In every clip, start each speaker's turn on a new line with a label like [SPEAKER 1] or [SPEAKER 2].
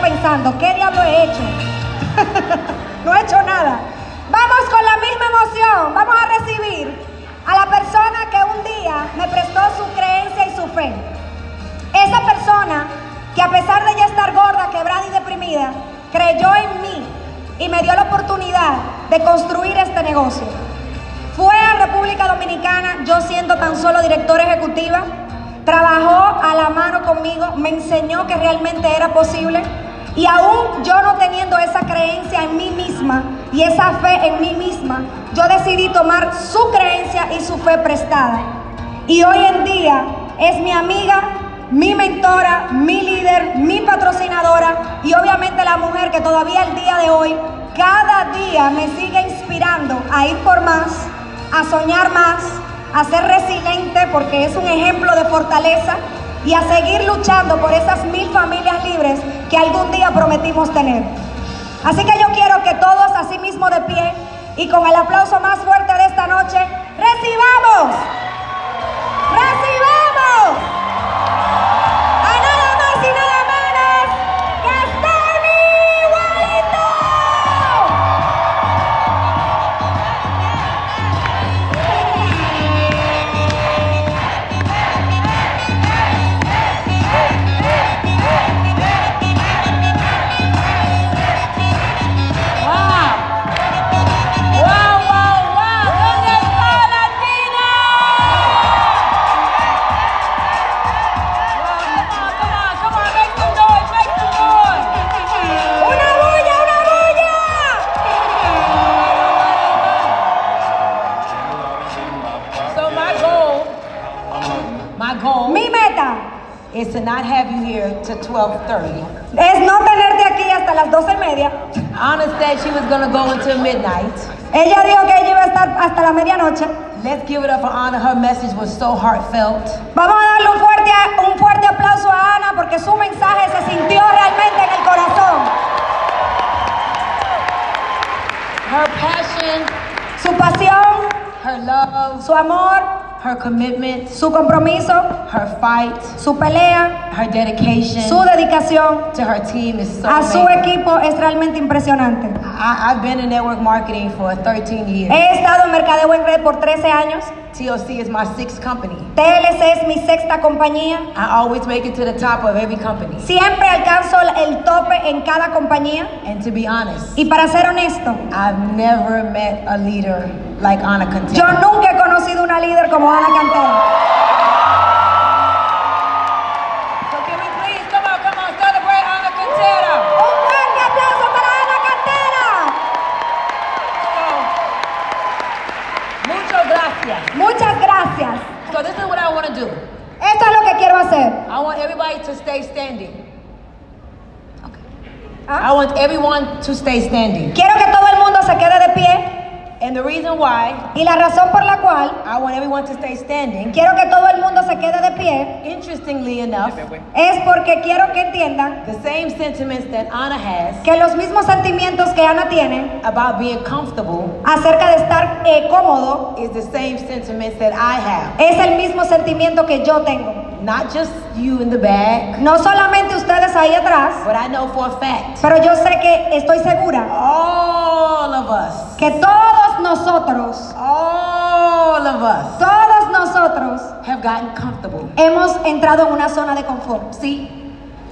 [SPEAKER 1] pensando, ¿qué diablo he hecho? no he hecho nada. Vamos con la misma emoción, vamos a recibir a la persona que un día me prestó su creencia y su fe. Esa persona que a pesar de ya estar gorda, quebrada y deprimida, creyó en mí y me dio la oportunidad de construir este negocio. Fue a República Dominicana, yo siendo tan solo directora ejecutiva, trabajó a la mano conmigo, me enseñó que realmente era posible y aún yo no teniendo esa creencia en mí misma y esa fe en mí misma, yo decidí tomar su creencia y su fe prestada. Y hoy en día es mi amiga, mi mentora, mi líder, mi patrocinadora y obviamente la mujer que todavía el día de hoy, cada día me sigue inspirando a ir por más, a soñar más, a ser resiliente porque es un ejemplo de fortaleza y a seguir luchando por esas mil familias libres que algún día prometimos tener. Así que yo quiero que todos así mismo de pie y con el aplauso más fuerte de esta noche, recibamos, recibamos a nada más y nada menos que a Stanley Wellington. ¡Una bulla, una bulla!
[SPEAKER 2] So my goal, my goal
[SPEAKER 1] Mi meta
[SPEAKER 2] is to not have you here to 12:30.
[SPEAKER 1] es no tenerte aquí hasta las 12 y media.
[SPEAKER 2] Anna said she was gonna go until midnight.
[SPEAKER 1] Ella dijo que ella iba a estar hasta la medianoche.
[SPEAKER 2] Let's give it up for Anna. Her message was so heartfelt.
[SPEAKER 1] Vamos a darle un fuerte, un fuerte aplauso a Ana porque su mensaje se sintió realmente en el corazón.
[SPEAKER 2] Her passion,
[SPEAKER 1] Su pasión,
[SPEAKER 2] her love,
[SPEAKER 1] su amor,
[SPEAKER 2] her commitment,
[SPEAKER 1] su compromiso,
[SPEAKER 2] her fight,
[SPEAKER 1] su pelea,
[SPEAKER 2] her dedication
[SPEAKER 1] su dedicación
[SPEAKER 2] to her team is so
[SPEAKER 1] a su
[SPEAKER 2] amazing.
[SPEAKER 1] equipo es realmente impresionante.
[SPEAKER 2] I, I've been in network marketing for 13 years.
[SPEAKER 1] He estado en Mercadeo en Red por 13 años.
[SPEAKER 2] TOC is my sixth company.
[SPEAKER 1] TLC es mi sexta compañía.
[SPEAKER 2] I always make it to the top of every company.
[SPEAKER 1] Siempre alcanzo el tope en cada compañía.
[SPEAKER 2] And to be honest,
[SPEAKER 1] Y para ser honesto,
[SPEAKER 2] I've never met a leader like Anna
[SPEAKER 1] yo
[SPEAKER 2] Conté.
[SPEAKER 1] nunca he conocido una líder como Ana Cantera.
[SPEAKER 2] So can we please come on, come on, celebrate Anna Contera.
[SPEAKER 1] Un fuerte aplauso para Ana Cantera.
[SPEAKER 2] So, mucho gracias.
[SPEAKER 1] Muchas gracias.
[SPEAKER 2] So this is what I want to do.
[SPEAKER 1] Esto es lo que quiero hacer.
[SPEAKER 2] I want everybody to stay standing.
[SPEAKER 1] ¿ah?
[SPEAKER 2] I want everyone to stay standing.
[SPEAKER 1] Quiero que todo el mundo se quede de pie.
[SPEAKER 2] And the reason why
[SPEAKER 1] Y la razón por la cual
[SPEAKER 2] I want everyone to stay standing,
[SPEAKER 1] quiero que todo el mundo se quede de pie
[SPEAKER 2] interestingly enough,
[SPEAKER 1] es porque quiero que entiendan
[SPEAKER 2] the same sentiments that Anna has
[SPEAKER 1] que los mismos sentimientos que Ana tiene
[SPEAKER 2] about being comfortable
[SPEAKER 1] acerca de estar eh, cómodo
[SPEAKER 2] is the same sentiments that I have.
[SPEAKER 1] es el mismo sentimiento que yo tengo.
[SPEAKER 2] Not just you in the back,
[SPEAKER 1] No solamente ustedes ahí atrás,
[SPEAKER 2] but I know for a fact
[SPEAKER 1] pero yo sé que estoy segura
[SPEAKER 2] All of us,
[SPEAKER 1] que todos nosotros,
[SPEAKER 2] all of us
[SPEAKER 1] todos nosotros
[SPEAKER 2] have gotten comfortable.
[SPEAKER 1] hemos entrado en una zona de confort.
[SPEAKER 2] See,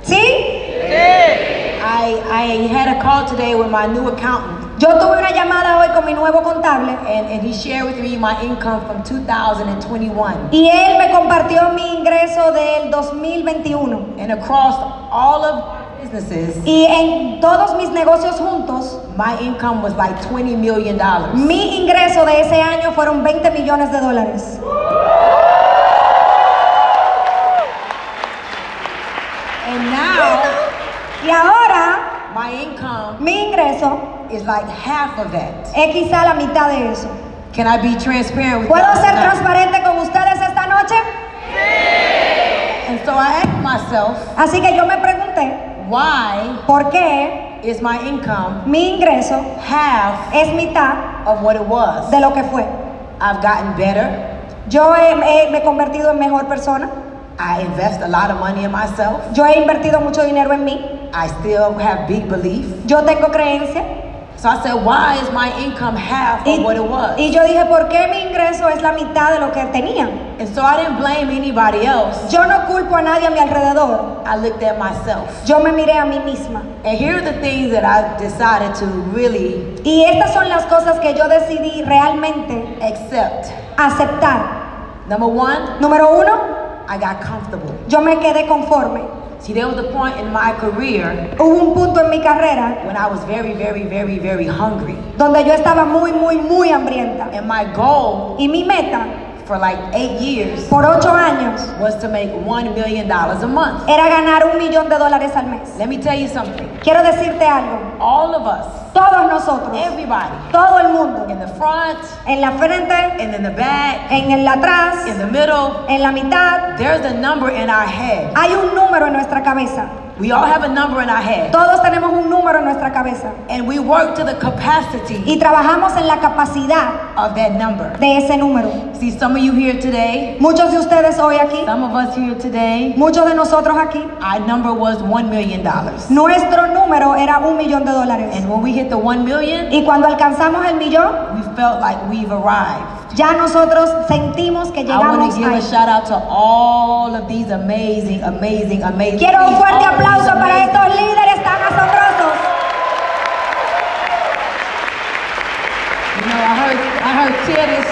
[SPEAKER 1] ¿Sí?
[SPEAKER 2] I, I had a call today with my new accountant,
[SPEAKER 1] Yo tuve una llamada hoy con mi nuevo contable
[SPEAKER 2] and, and he shared with me my income from 2021.
[SPEAKER 1] y él me compartió mi ingreso del 2021.
[SPEAKER 2] And across all of businesses,
[SPEAKER 1] Y en todos mis negocios juntos,
[SPEAKER 2] my income was like $20 million.
[SPEAKER 1] mi ingreso de ese año fueron 20 millones de dólares.
[SPEAKER 2] And now,
[SPEAKER 1] Y ahora
[SPEAKER 2] my income
[SPEAKER 1] mi ingreso
[SPEAKER 2] is like half of that.
[SPEAKER 1] es quizá la mitad de eso.
[SPEAKER 2] Can I be transparent with
[SPEAKER 1] ¿Puedo
[SPEAKER 2] y'all
[SPEAKER 1] ser
[SPEAKER 2] tonight?
[SPEAKER 1] transparente con ustedes esta noche?
[SPEAKER 2] And so I asked myself,
[SPEAKER 1] Así que yo me pregunté,
[SPEAKER 2] why
[SPEAKER 1] ¿por qué
[SPEAKER 2] is my income
[SPEAKER 1] mi ingreso
[SPEAKER 2] half
[SPEAKER 1] es mitad
[SPEAKER 2] of what it was?
[SPEAKER 1] de lo que fue?
[SPEAKER 2] I've gotten better.
[SPEAKER 1] Yo he- he- me he convertido en mejor persona,
[SPEAKER 2] I invest a lot of money in myself.
[SPEAKER 1] yo he invertido mucho dinero en mí,
[SPEAKER 2] I still have big belief.
[SPEAKER 1] Yo tengo creencia.
[SPEAKER 2] So I said, why is my income half
[SPEAKER 1] Y,
[SPEAKER 2] of what it was?
[SPEAKER 1] y yo dije, ¿por qué mi ingreso es la mitad de lo que tenía?
[SPEAKER 2] and so I didn't blame anybody else.
[SPEAKER 1] Yo no culpo a nadie a mi alrededor.
[SPEAKER 2] I looked at myself.
[SPEAKER 1] Yo me miré a mí misma.
[SPEAKER 2] And here are the things that I've decided to really
[SPEAKER 1] Y estas son las cosas que yo decidí realmente
[SPEAKER 2] accept.
[SPEAKER 1] aceptar.
[SPEAKER 2] Number one,
[SPEAKER 1] Número uno,
[SPEAKER 2] I got comfortable.
[SPEAKER 1] yo me quedé conforme.
[SPEAKER 2] See, there was a point in my career
[SPEAKER 1] Hubo un punto en mi carrera
[SPEAKER 2] when I was very, very, very, very hungry.
[SPEAKER 1] donde yo estaba muy, muy, muy hambrienta.
[SPEAKER 2] And my goal
[SPEAKER 1] Y mi meta
[SPEAKER 2] for like eight years
[SPEAKER 1] por ocho años
[SPEAKER 2] was to make $1 million a month.
[SPEAKER 1] era ganar un millón de dólares al mes.
[SPEAKER 2] Let me tell you something.
[SPEAKER 1] Quiero decirte algo.
[SPEAKER 2] All of us,
[SPEAKER 1] Todos nosotros,
[SPEAKER 2] everybody,
[SPEAKER 1] todo el mundo,
[SPEAKER 2] in the front,
[SPEAKER 1] en la frente,
[SPEAKER 2] and in the back,
[SPEAKER 1] en el atrás,
[SPEAKER 2] in the middle,
[SPEAKER 1] en la mitad,
[SPEAKER 2] there's a number in our head.
[SPEAKER 1] hay un número en nuestra cabeza.
[SPEAKER 2] We all have a number in our head.
[SPEAKER 1] Todos tenemos un número en nuestra cabeza.
[SPEAKER 2] And we work to the capacity
[SPEAKER 1] Y trabajamos en la capacidad
[SPEAKER 2] of that number.
[SPEAKER 1] de ese número.
[SPEAKER 2] See, some of you here today,
[SPEAKER 1] Muchos de ustedes hoy aquí,
[SPEAKER 2] some of us here today,
[SPEAKER 1] muchos de nosotros aquí,
[SPEAKER 2] our number was $1 million. And
[SPEAKER 1] nuestro número era un millón de dólares.
[SPEAKER 2] when we hit the $1 million,
[SPEAKER 1] Y cuando alcanzamos el millón,
[SPEAKER 2] we felt like we've arrived.
[SPEAKER 1] ya nosotros sentimos que
[SPEAKER 2] I want
[SPEAKER 1] llegamos
[SPEAKER 2] to give a
[SPEAKER 1] ahí.
[SPEAKER 2] shout out to all of these amazing, amazing, amazing.
[SPEAKER 1] Quiero un
[SPEAKER 2] these-
[SPEAKER 1] fuerte
[SPEAKER 2] all of these
[SPEAKER 1] aplauso para
[SPEAKER 2] amazing-
[SPEAKER 1] estos líderes tan asombrosos.
[SPEAKER 2] You know, I heard, I heard Titus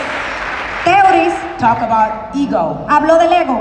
[SPEAKER 1] Teuris
[SPEAKER 2] talk about ego.
[SPEAKER 1] habló del ego.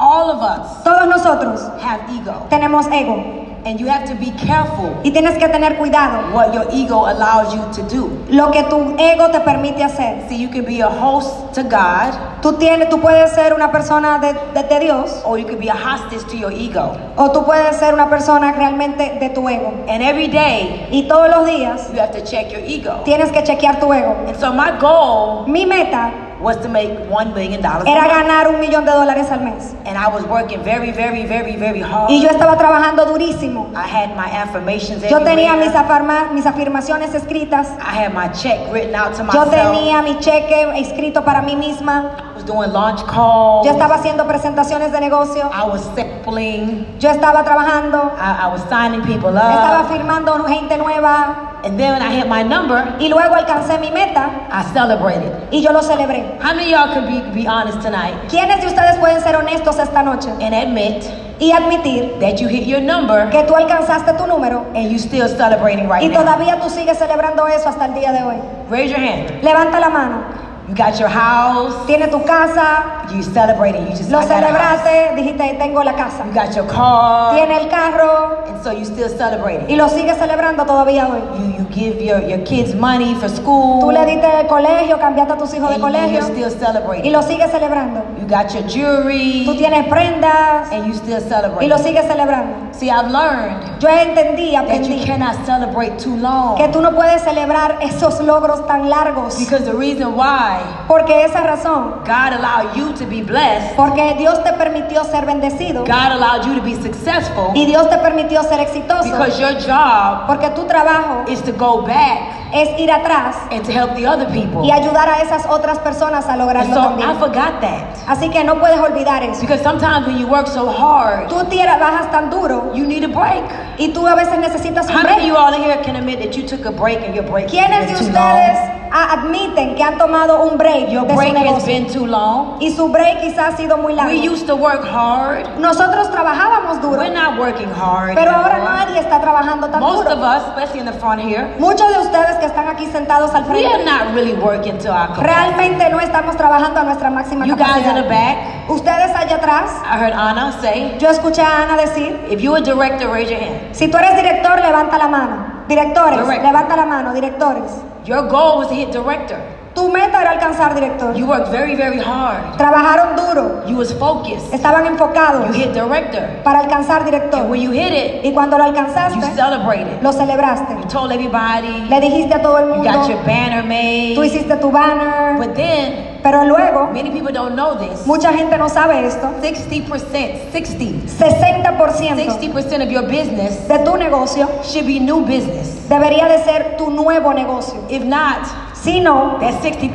[SPEAKER 2] All of us
[SPEAKER 1] Todos nosotros
[SPEAKER 2] have ego.
[SPEAKER 1] tenemos ego
[SPEAKER 2] And you have to be careful
[SPEAKER 1] y tienes que tener cuidado
[SPEAKER 2] what your ego allows you to do.
[SPEAKER 1] lo que tu ego te permite hacer.
[SPEAKER 2] See, you can be a host to God,
[SPEAKER 1] Tú, tienes, tú puedes ser una persona de, de- de Dios
[SPEAKER 2] or you can be a hostage to your ego.
[SPEAKER 1] o tú puedes ser una persona realmente de tu ego.
[SPEAKER 2] And every day,
[SPEAKER 1] Y todos los días
[SPEAKER 2] you have to check your ego.
[SPEAKER 1] tienes que chequear tu ego.
[SPEAKER 2] And so my goal
[SPEAKER 1] Mi meta
[SPEAKER 2] was to make $1 million. a
[SPEAKER 1] era
[SPEAKER 2] month.
[SPEAKER 1] ganar un millón de dólares al mes.
[SPEAKER 2] And I was working very, very, very, very hard.
[SPEAKER 1] Y yo estaba trabajando durísimo.
[SPEAKER 2] I had my affirmations
[SPEAKER 1] Yo tenía mis,
[SPEAKER 2] everywhere.
[SPEAKER 1] afirma- mis afirmaciones escritas.
[SPEAKER 2] I had my check written out
[SPEAKER 1] Yo
[SPEAKER 2] to myself.
[SPEAKER 1] tenía mi cheque escrito para mí misma.
[SPEAKER 2] I was doing launch calls.
[SPEAKER 1] Yo estaba haciendo presentaciones de negocio.
[SPEAKER 2] I was sampling.
[SPEAKER 1] Yo estaba trabajando.
[SPEAKER 2] I, I was signing people
[SPEAKER 1] Estaba
[SPEAKER 2] up.
[SPEAKER 1] firmando gente nueva.
[SPEAKER 2] And then when I hit my number,
[SPEAKER 1] Y luego alcancé mi meta
[SPEAKER 2] I celebrated.
[SPEAKER 1] y yo lo celebré.
[SPEAKER 2] How many of y'all could be, be honest tonight
[SPEAKER 1] ¿Quiénes de ustedes pueden ser honestos esta noche
[SPEAKER 2] and admit
[SPEAKER 1] y admitir
[SPEAKER 2] that you hit your number
[SPEAKER 1] que tú alcanzaste tu número
[SPEAKER 2] and you still celebrating right
[SPEAKER 1] y
[SPEAKER 2] now?
[SPEAKER 1] todavía tú sigues celebrando eso hasta el día de hoy?
[SPEAKER 2] Raise your hand.
[SPEAKER 1] Levanta la mano.
[SPEAKER 2] You got your house.
[SPEAKER 1] Tiene tu casa,
[SPEAKER 2] You celebrating. You just
[SPEAKER 1] lo
[SPEAKER 2] I got a house.
[SPEAKER 1] celebraste, dijiste tengo la casa.
[SPEAKER 2] You got your car.
[SPEAKER 1] Tiene el carro
[SPEAKER 2] And so you still celebrating.
[SPEAKER 1] y lo sigues celebrando todavía hoy.
[SPEAKER 2] You you give your, your kids money for school.
[SPEAKER 1] Tú le diste el colegio, cambiaste a tus hijos de
[SPEAKER 2] and, you- and
[SPEAKER 1] colegio
[SPEAKER 2] you're still
[SPEAKER 1] y
[SPEAKER 2] celebrating.
[SPEAKER 1] lo sigues celebrando.
[SPEAKER 2] You got your
[SPEAKER 1] Tú
[SPEAKER 2] jewelry
[SPEAKER 1] tienes prendas
[SPEAKER 2] and you still
[SPEAKER 1] y
[SPEAKER 2] celebrating.
[SPEAKER 1] lo sigues celebrando.
[SPEAKER 2] See, I've learned
[SPEAKER 1] Yo entendí,
[SPEAKER 2] that you
[SPEAKER 1] aprendí
[SPEAKER 2] cannot celebrate too
[SPEAKER 1] que
[SPEAKER 2] long
[SPEAKER 1] tú no puedes celebrar esos logros tan largos.
[SPEAKER 2] because the reason why
[SPEAKER 1] Porque esa razón,
[SPEAKER 2] God allowed you to be blessed,
[SPEAKER 1] porque Dios te permitió ser bendecido
[SPEAKER 2] God allowed you to be successful
[SPEAKER 1] y Dios te permitió ser exitoso.
[SPEAKER 2] because your job
[SPEAKER 1] Porque tu trabajo
[SPEAKER 2] is to go back
[SPEAKER 1] es ir atrás
[SPEAKER 2] and to help the other people.
[SPEAKER 1] y ayudar a esas otras personas a
[SPEAKER 2] And
[SPEAKER 1] lograrlo
[SPEAKER 2] so I
[SPEAKER 1] también.
[SPEAKER 2] forgot that
[SPEAKER 1] Así que no puedes olvidar eso.
[SPEAKER 2] because sometimes when you work so hard,
[SPEAKER 1] Tú trabajas tan duro
[SPEAKER 2] you need a break.
[SPEAKER 1] y tú a veces necesitas
[SPEAKER 2] How
[SPEAKER 1] un
[SPEAKER 2] many of
[SPEAKER 1] break.
[SPEAKER 2] you all in here can admit that you took a break and your break
[SPEAKER 1] ¿Quiénes de
[SPEAKER 2] has been too long?
[SPEAKER 1] ustedes ah, admiten que han tomado un break
[SPEAKER 2] Your
[SPEAKER 1] de su
[SPEAKER 2] break has
[SPEAKER 1] negocio?
[SPEAKER 2] been too long.
[SPEAKER 1] Y su break quizás ha sido muy largo.
[SPEAKER 2] We used to work hard.
[SPEAKER 1] Nosotros trabajábamos duro,
[SPEAKER 2] We're not working hard.
[SPEAKER 1] pero ahora
[SPEAKER 2] anymore.
[SPEAKER 1] nadie está trabajando tan
[SPEAKER 2] Most of
[SPEAKER 1] duro.
[SPEAKER 2] us, especially in the front here,
[SPEAKER 1] Muchos de ustedes que están aquí sentados al
[SPEAKER 2] we are
[SPEAKER 1] frente,
[SPEAKER 2] not really working to our capacity.
[SPEAKER 1] realmente no estamos trabajando a nuestra máxima
[SPEAKER 2] You guys in the
[SPEAKER 1] capacidad.
[SPEAKER 2] back,
[SPEAKER 1] Ustedes allá atrás,
[SPEAKER 2] I heard Anna say,
[SPEAKER 1] yo escuché a Ana decir,
[SPEAKER 2] if you a director, raise your hand.
[SPEAKER 1] si tú eres director, levanta la mano. Directores,
[SPEAKER 2] Correcto.
[SPEAKER 1] levanta la mano, directores.
[SPEAKER 2] Your goal was to hit director.
[SPEAKER 1] Tu meta era alcanzar director.
[SPEAKER 2] You worked very, very hard.
[SPEAKER 1] Trabajaron duro,
[SPEAKER 2] You was focused.
[SPEAKER 1] estaban
[SPEAKER 2] You
[SPEAKER 1] enfocados
[SPEAKER 2] hit director.
[SPEAKER 1] para alcanzar
[SPEAKER 2] And
[SPEAKER 1] director.
[SPEAKER 2] when you hit it,
[SPEAKER 1] Y cuando lo
[SPEAKER 2] you
[SPEAKER 1] alcanzaste,
[SPEAKER 2] celebrated.
[SPEAKER 1] lo celebraste.
[SPEAKER 2] You told everybody.
[SPEAKER 1] Le dijiste a todo el
[SPEAKER 2] You got your
[SPEAKER 1] mundo,
[SPEAKER 2] banner
[SPEAKER 1] tú
[SPEAKER 2] made.
[SPEAKER 1] hiciste tu banner.
[SPEAKER 2] But then,
[SPEAKER 1] Pero luego,
[SPEAKER 2] many people don't know this.
[SPEAKER 1] mucha gente no sabe esto.
[SPEAKER 2] 60%, 60,
[SPEAKER 1] 60%
[SPEAKER 2] 60% of your business
[SPEAKER 1] de tu negocio
[SPEAKER 2] should be new business.
[SPEAKER 1] debería de ser tu nuevo negocio.
[SPEAKER 2] If not,
[SPEAKER 1] Si no,
[SPEAKER 2] That 60%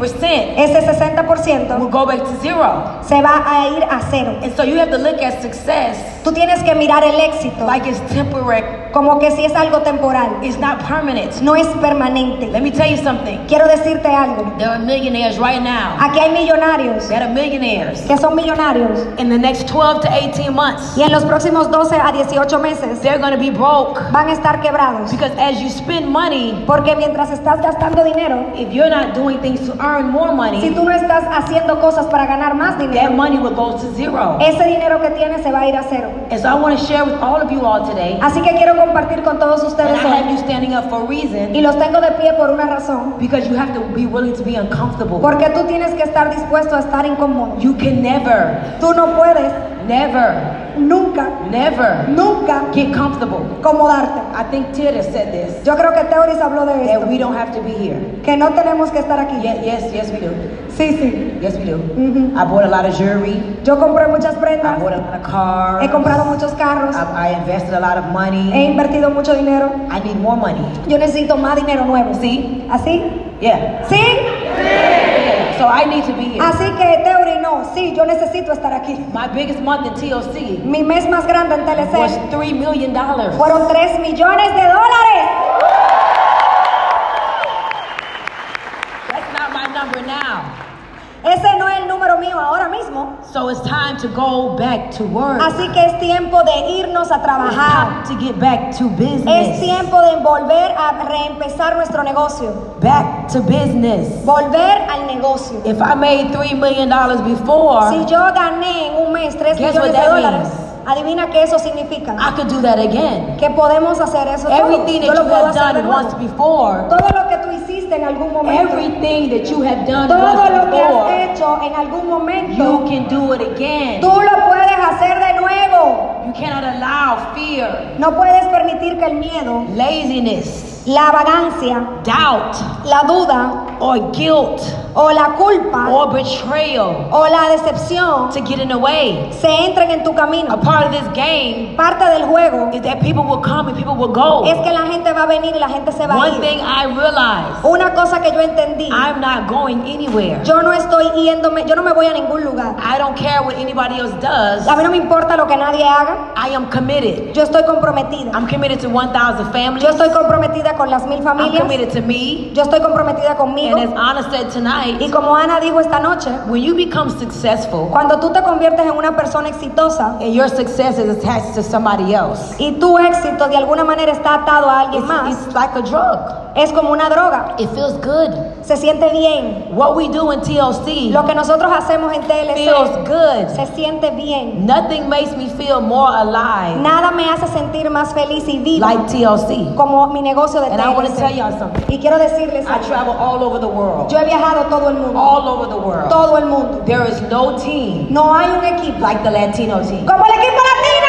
[SPEAKER 1] ese
[SPEAKER 2] will
[SPEAKER 1] 60%
[SPEAKER 2] go back to zero.
[SPEAKER 1] se va a ir a cero.
[SPEAKER 2] And so you have to look at success
[SPEAKER 1] Tú tienes que mirar el éxito
[SPEAKER 2] like it's temporary,
[SPEAKER 1] como que si es algo temporal,
[SPEAKER 2] it's not permanent.
[SPEAKER 1] no es permanente.
[SPEAKER 2] Let me tell you something.
[SPEAKER 1] Quiero decirte algo.
[SPEAKER 2] There are millionaires right now
[SPEAKER 1] Aquí hay millonarios
[SPEAKER 2] that are millionaires.
[SPEAKER 1] que son millonarios
[SPEAKER 2] In the next 12 to 18 months,
[SPEAKER 1] y en los próximos 12 a 18 meses
[SPEAKER 2] they're going to be broke
[SPEAKER 1] van a estar quebrados.
[SPEAKER 2] because as you spend money,
[SPEAKER 1] Porque mientras estás gastando dinero,
[SPEAKER 2] if you're not doing things to earn more
[SPEAKER 1] si
[SPEAKER 2] money,
[SPEAKER 1] tú no estás haciendo cosas para ganar más
[SPEAKER 2] that
[SPEAKER 1] dinero,
[SPEAKER 2] money will go to zero.
[SPEAKER 1] ese dinero que tienes se va a ir a cero.
[SPEAKER 2] And so I want to share with all of you all today.
[SPEAKER 1] Así que quiero compartir con todos
[SPEAKER 2] And I
[SPEAKER 1] ustedes
[SPEAKER 2] have
[SPEAKER 1] hoy
[SPEAKER 2] you standing up for a reason
[SPEAKER 1] y los tengo de pie por una razón,
[SPEAKER 2] because you have to be willing to be uncomfortable.
[SPEAKER 1] porque tú tienes que estar dispuesto a estar incómodo.
[SPEAKER 2] You can never,
[SPEAKER 1] Tú no puedes
[SPEAKER 2] never,
[SPEAKER 1] nunca,
[SPEAKER 2] never
[SPEAKER 1] nunca
[SPEAKER 2] get comfortable.
[SPEAKER 1] acomodarte.
[SPEAKER 2] I think Tita said this
[SPEAKER 1] Yo creo que Teoris habló de
[SPEAKER 2] that we
[SPEAKER 1] esto,
[SPEAKER 2] don't have to be here.
[SPEAKER 1] que no tenemos que estar aquí.
[SPEAKER 2] Yes, yes, yes, we do.
[SPEAKER 1] Sí, sí.
[SPEAKER 2] Yes, we do.
[SPEAKER 1] Ujú.
[SPEAKER 2] I bought a lot of jewelry.
[SPEAKER 1] Yo compré muchas
[SPEAKER 2] I
[SPEAKER 1] prendas,
[SPEAKER 2] bought a lot of cars.
[SPEAKER 1] he comprado muchos carros,
[SPEAKER 2] I, I invested a lot of
[SPEAKER 1] he
[SPEAKER 2] money.
[SPEAKER 1] invertido mucho dinero.
[SPEAKER 2] I need more money.
[SPEAKER 1] Yo necesito más dinero nuevo.
[SPEAKER 2] See?
[SPEAKER 1] ¿Así?
[SPEAKER 2] Yeah.
[SPEAKER 1] ¿Sí?
[SPEAKER 2] yeah. So I need to be here.
[SPEAKER 1] Así que Teori no, sí, yo necesito estar aquí.
[SPEAKER 2] My biggest month in TLC
[SPEAKER 1] Mi mes más grande en
[SPEAKER 2] was
[SPEAKER 1] TLC
[SPEAKER 2] $3 million.
[SPEAKER 1] fueron 3 millones de dólares.
[SPEAKER 2] That's not my number now.
[SPEAKER 1] Ese no es el número mío ahora mismo.
[SPEAKER 2] So it's time to go back to work.
[SPEAKER 1] Así que es tiempo de irnos a
[SPEAKER 2] It's
[SPEAKER 1] trabajar.
[SPEAKER 2] time to get back to
[SPEAKER 1] Es
[SPEAKER 2] business.
[SPEAKER 1] tiempo de volver a reempezar nuestro negocio.
[SPEAKER 2] Back to business.
[SPEAKER 1] Volver al negocio.
[SPEAKER 2] If I made $3 million before,
[SPEAKER 1] Si yo gané en un mes 3
[SPEAKER 2] Ah.
[SPEAKER 1] millones
[SPEAKER 2] Guess what
[SPEAKER 1] de
[SPEAKER 2] that
[SPEAKER 1] dólares,
[SPEAKER 2] means?
[SPEAKER 1] adivina qué eso significa.
[SPEAKER 2] I could do that again.
[SPEAKER 1] Que podemos hacer eso todos.
[SPEAKER 2] Everything
[SPEAKER 1] Yo
[SPEAKER 2] that
[SPEAKER 1] lo
[SPEAKER 2] you
[SPEAKER 1] puedo
[SPEAKER 2] have
[SPEAKER 1] hacer de
[SPEAKER 2] done
[SPEAKER 1] nuevo.
[SPEAKER 2] once before,
[SPEAKER 1] Todo lo que tú hiciste en algún momento,
[SPEAKER 2] everything that you have done
[SPEAKER 1] todo lo que
[SPEAKER 2] once
[SPEAKER 1] has hecho en algún
[SPEAKER 2] before,
[SPEAKER 1] momento,
[SPEAKER 2] you can do it again.
[SPEAKER 1] tú lo puedes hacer de nuevo.
[SPEAKER 2] You cannot allow fear,
[SPEAKER 1] No puedes permitir que el miedo,
[SPEAKER 2] laziness,
[SPEAKER 1] la vagancia,
[SPEAKER 2] doubt,
[SPEAKER 1] la duda
[SPEAKER 2] or guilt,
[SPEAKER 1] o la culpa
[SPEAKER 2] or betrayal
[SPEAKER 1] o la decepción
[SPEAKER 2] to get in the way.
[SPEAKER 1] se entren en tu
[SPEAKER 2] A
[SPEAKER 1] camino.
[SPEAKER 2] part of this game
[SPEAKER 1] Parte del juego
[SPEAKER 2] is that people will come and people will go.
[SPEAKER 1] es que la gente va a venir y la gente se va a
[SPEAKER 2] One
[SPEAKER 1] ir.
[SPEAKER 2] thing I realized,
[SPEAKER 1] Una cosa que yo entendí,
[SPEAKER 2] I'm not going anywhere.
[SPEAKER 1] yo no estoy yéndome, yo no me voy a ningún lugar.
[SPEAKER 2] I don't care what anybody else does.
[SPEAKER 1] A mí no me importa lo que nadie haga,
[SPEAKER 2] I am committed.
[SPEAKER 1] yo estoy comprometida.
[SPEAKER 2] I'm committed to 1,000 families.
[SPEAKER 1] Yo estoy comprometida con las mil
[SPEAKER 2] I'm
[SPEAKER 1] familias,
[SPEAKER 2] committed to me.
[SPEAKER 1] yo estoy comprometida conmigo.
[SPEAKER 2] And as Anna said tonight,
[SPEAKER 1] Y como Ana dijo esta noche,
[SPEAKER 2] when you become successful
[SPEAKER 1] cuando tú te conviertes en una persona exitosa
[SPEAKER 2] and your success is attached to somebody else,
[SPEAKER 1] y tu éxito de alguna manera está atado a alguien
[SPEAKER 2] it's,
[SPEAKER 1] más,
[SPEAKER 2] it's like a drug.
[SPEAKER 1] es como una droga,
[SPEAKER 2] It feels good.
[SPEAKER 1] se siente bien.
[SPEAKER 2] What we do in TLC
[SPEAKER 1] Lo que nosotros hacemos en TLC
[SPEAKER 2] feels good.
[SPEAKER 1] se siente bien.
[SPEAKER 2] Nothing makes me feel more alive
[SPEAKER 1] Nada me hace sentir más feliz y viva
[SPEAKER 2] like TLC.
[SPEAKER 1] como mi negocio de
[SPEAKER 2] And I want to tell
[SPEAKER 1] TLC.
[SPEAKER 2] y'all something.
[SPEAKER 1] Y quiero decirles,
[SPEAKER 2] I
[SPEAKER 1] algo.
[SPEAKER 2] travel all over the world.
[SPEAKER 1] yo he viajado todo el mundo,
[SPEAKER 2] All over the world.
[SPEAKER 1] todo el mundo.
[SPEAKER 2] There is no team
[SPEAKER 1] No hay un equipo
[SPEAKER 2] like the Latino team.
[SPEAKER 1] como el equipo latino.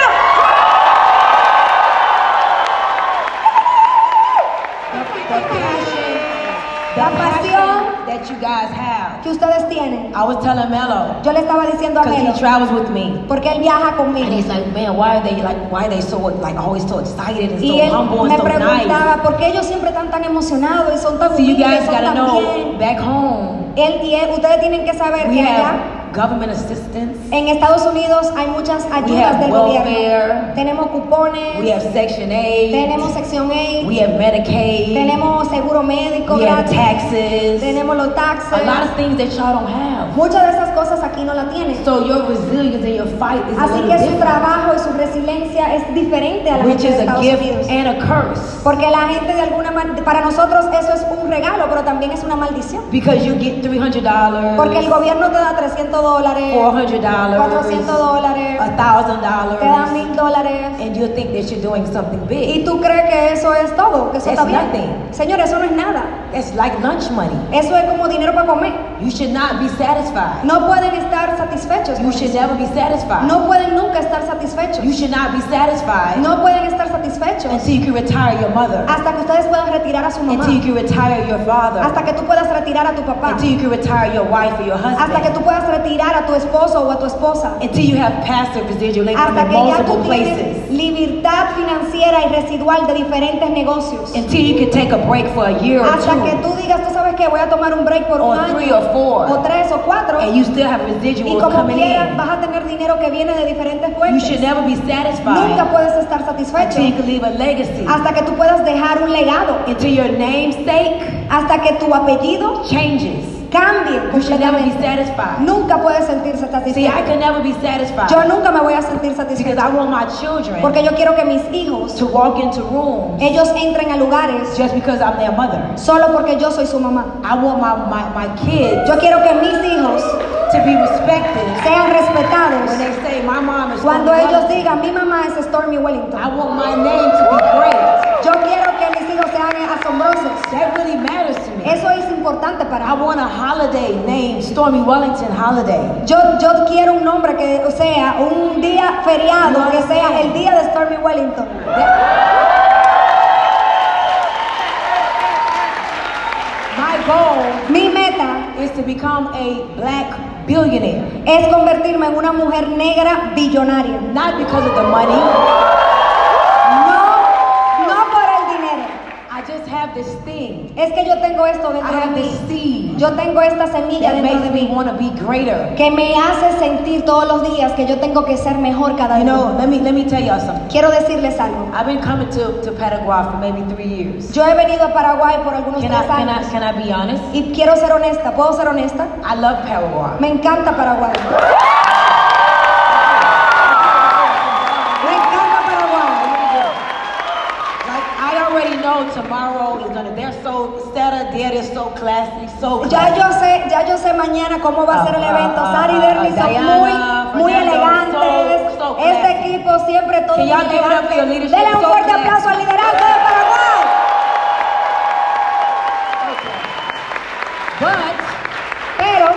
[SPEAKER 2] The passion,
[SPEAKER 1] La pasión.
[SPEAKER 2] the passion that you guys have.
[SPEAKER 1] que ustedes tienen.
[SPEAKER 2] I was telling Mello
[SPEAKER 1] Yo le estaba diciendo a Melo,
[SPEAKER 2] because he travels with me.
[SPEAKER 1] porque él viaja
[SPEAKER 2] And
[SPEAKER 1] conmigo.
[SPEAKER 2] he's like, man, why are they like, why are they so like always so excited and
[SPEAKER 1] Y
[SPEAKER 2] so
[SPEAKER 1] él
[SPEAKER 2] humble
[SPEAKER 1] me
[SPEAKER 2] and so nice?
[SPEAKER 1] preguntaba, ¿por qué ellos siempre están tan emocionados y son tan
[SPEAKER 2] So you
[SPEAKER 1] humildes,
[SPEAKER 2] guys
[SPEAKER 1] son
[SPEAKER 2] gotta
[SPEAKER 1] tan
[SPEAKER 2] know
[SPEAKER 1] bien?
[SPEAKER 2] back home
[SPEAKER 1] Él y él- ustedes tienen que saber
[SPEAKER 2] we
[SPEAKER 1] que allá
[SPEAKER 2] have government assistance,
[SPEAKER 1] en Estados Unidos hay muchas ayudas
[SPEAKER 2] have
[SPEAKER 1] del
[SPEAKER 2] welfare.
[SPEAKER 1] gobierno. Tenemos
[SPEAKER 2] we
[SPEAKER 1] cupones,
[SPEAKER 2] have Section A,
[SPEAKER 1] tenemos sección A,
[SPEAKER 2] we have Medicaid,
[SPEAKER 1] tenemos seguro médico
[SPEAKER 2] we have
[SPEAKER 1] gratis,
[SPEAKER 2] taxes,
[SPEAKER 1] tenemos los
[SPEAKER 2] a lot
[SPEAKER 1] taxes.
[SPEAKER 2] of things that y'all don't have.
[SPEAKER 1] Muchas de esas cosas aquí no la tienen.
[SPEAKER 2] So your resilience and your fight is a
[SPEAKER 1] Así
[SPEAKER 2] little
[SPEAKER 1] que su
[SPEAKER 2] different,
[SPEAKER 1] trabajo y su resiliencia es diferente a la
[SPEAKER 2] which
[SPEAKER 1] gente
[SPEAKER 2] is
[SPEAKER 1] de
[SPEAKER 2] a
[SPEAKER 1] Estados Unidos.
[SPEAKER 2] gift and a curse
[SPEAKER 1] Porque la gente de alguna manera, para nosotros eso es un regalo, pero también es una maldición.
[SPEAKER 2] because you get three hundred dollars,
[SPEAKER 1] Porque el gobierno te da 300 dólares,
[SPEAKER 2] four hundred dollars,
[SPEAKER 1] 400 dólares,
[SPEAKER 2] a thousand
[SPEAKER 1] te da
[SPEAKER 2] dollars,
[SPEAKER 1] 1000 dólares.
[SPEAKER 2] and you think that you're doing something
[SPEAKER 1] Y
[SPEAKER 2] big.
[SPEAKER 1] tú crees que eso es todo, que eso
[SPEAKER 2] That's
[SPEAKER 1] está bien.
[SPEAKER 2] nothing.
[SPEAKER 1] Señor, eso no es nada.
[SPEAKER 2] It's like lunch money.
[SPEAKER 1] Eso es como dinero para comer.
[SPEAKER 2] You should not be satisfied.
[SPEAKER 1] No pueden estar satisfechos.
[SPEAKER 2] You should never be satisfied.
[SPEAKER 1] No pueden nunca estar satisfechos.
[SPEAKER 2] You should not be satisfied
[SPEAKER 1] No pueden estar satisfechos
[SPEAKER 2] until you can retire your mother,
[SPEAKER 1] hasta que ustedes puedan retirar a su mamá.
[SPEAKER 2] until you can retire your father,
[SPEAKER 1] Hasta que tú puedas retirar a tu papá.
[SPEAKER 2] until you can retire your wife or your
[SPEAKER 1] Hasta que
[SPEAKER 2] husband.
[SPEAKER 1] tú puedas retirar a tu esposo o a tu esposa
[SPEAKER 2] Until you have past the residual income
[SPEAKER 1] hasta
[SPEAKER 2] in
[SPEAKER 1] que ya tú
[SPEAKER 2] multiple
[SPEAKER 1] tienes
[SPEAKER 2] places.
[SPEAKER 1] libertad financiera y residual de diferentes negocios.
[SPEAKER 2] Until you can take a break for a year or
[SPEAKER 1] Hasta que
[SPEAKER 2] two.
[SPEAKER 1] tú digas, tú sabes que voy a tomar un break por
[SPEAKER 2] Or
[SPEAKER 1] un año,
[SPEAKER 2] three or four.
[SPEAKER 1] o tres o cuatro,
[SPEAKER 2] And you still have
[SPEAKER 1] y
[SPEAKER 2] residual
[SPEAKER 1] como
[SPEAKER 2] coming
[SPEAKER 1] quieras
[SPEAKER 2] in.
[SPEAKER 1] vas a tener dinero que viene de diferentes
[SPEAKER 2] You
[SPEAKER 1] fuentes.
[SPEAKER 2] should never be
[SPEAKER 1] Nunca
[SPEAKER 2] satisfied
[SPEAKER 1] puedes estar satisfecho
[SPEAKER 2] until you can leave a legacy.
[SPEAKER 1] hasta que tú puedas dejar un legado,
[SPEAKER 2] Until your namesake
[SPEAKER 1] hasta que tu apellido
[SPEAKER 2] changes.
[SPEAKER 1] cambie
[SPEAKER 2] You should never be
[SPEAKER 1] completamente.
[SPEAKER 2] satisfied.
[SPEAKER 1] Nunca puedes sentirse
[SPEAKER 2] See, I
[SPEAKER 1] satisfecho.
[SPEAKER 2] can never be
[SPEAKER 1] Yo
[SPEAKER 2] satisfied
[SPEAKER 1] nunca me voy a sentir
[SPEAKER 2] because
[SPEAKER 1] satisfecho
[SPEAKER 2] I want my children
[SPEAKER 1] porque yo quiero que mis hijos,
[SPEAKER 2] to walk into rooms
[SPEAKER 1] ellos entren a lugares
[SPEAKER 2] just because I'm their mother.
[SPEAKER 1] solo porque yo soy su mamá.
[SPEAKER 2] I want my, my, my kids
[SPEAKER 1] Yo quiero que mis hijos
[SPEAKER 2] to be respected
[SPEAKER 1] sean respetados
[SPEAKER 2] when they say my mom is
[SPEAKER 1] cuando
[SPEAKER 2] Stormy
[SPEAKER 1] ellos digan
[SPEAKER 2] Wellington."
[SPEAKER 1] mi mamá es Stormy Wellington.
[SPEAKER 2] I want my name to be great.
[SPEAKER 1] Yo quiero que mis hijos sean asombrosos.
[SPEAKER 2] That really matters to me.
[SPEAKER 1] Eso es importante para
[SPEAKER 2] I
[SPEAKER 1] mí.
[SPEAKER 2] want a holiday named Stormy Wellington Holiday.
[SPEAKER 1] Yo, yo quiero un nombre que sea un día feriado, que sea el día de Stormy Wellington.
[SPEAKER 2] My goal
[SPEAKER 1] Mi meta
[SPEAKER 2] is to become a black billionaire.
[SPEAKER 1] es convertirme en una mujer negra billonaria.
[SPEAKER 2] Not because of the money.
[SPEAKER 1] No, no por el dinero.
[SPEAKER 2] I just have this thing.
[SPEAKER 1] Es que yo tengo esto
[SPEAKER 2] I
[SPEAKER 1] dentro de
[SPEAKER 2] have
[SPEAKER 1] mí.
[SPEAKER 2] this seed
[SPEAKER 1] Yo tengo esta semilla
[SPEAKER 2] that
[SPEAKER 1] dentro
[SPEAKER 2] makes
[SPEAKER 1] de
[SPEAKER 2] me
[SPEAKER 1] mí
[SPEAKER 2] want to be greater.
[SPEAKER 1] que me hace sentir todos los días que yo tengo que ser mejor cada
[SPEAKER 2] You
[SPEAKER 1] día.
[SPEAKER 2] know, let me let me tell y'all something.
[SPEAKER 1] Quiero decirles algo.
[SPEAKER 2] I've been coming to, to Paraguay for maybe three years.
[SPEAKER 1] Yo he venido a Paraguay por algunos
[SPEAKER 2] Can
[SPEAKER 1] tres
[SPEAKER 2] I can
[SPEAKER 1] años
[SPEAKER 2] I can I be honest?
[SPEAKER 1] y quiero ser honesta, ¿puedo ser honesta?
[SPEAKER 2] I love Paraguay.
[SPEAKER 1] Me encanta Paraguay. Me encanta Paraguay.
[SPEAKER 2] Like I already know tomorrow is gonna. They're so Stella Dead is so classy, so.
[SPEAKER 1] Ya yo sé, ya yo sé mañana cómo va a ser el evento. Sari y Derly son
[SPEAKER 2] Ah, Diana,
[SPEAKER 1] muy, muy
[SPEAKER 2] Fernando,
[SPEAKER 1] elegantes.
[SPEAKER 2] so- so
[SPEAKER 1] Este
[SPEAKER 2] classy.
[SPEAKER 1] equipo siempre todo
[SPEAKER 2] Can
[SPEAKER 1] muy
[SPEAKER 2] y'all give it up for your
[SPEAKER 1] elegante.
[SPEAKER 2] leadership?
[SPEAKER 1] Denle un
[SPEAKER 2] So
[SPEAKER 1] fuerte
[SPEAKER 2] classy.
[SPEAKER 1] aplauso al liderazgo de Paraguay.
[SPEAKER 2] But
[SPEAKER 1] Pero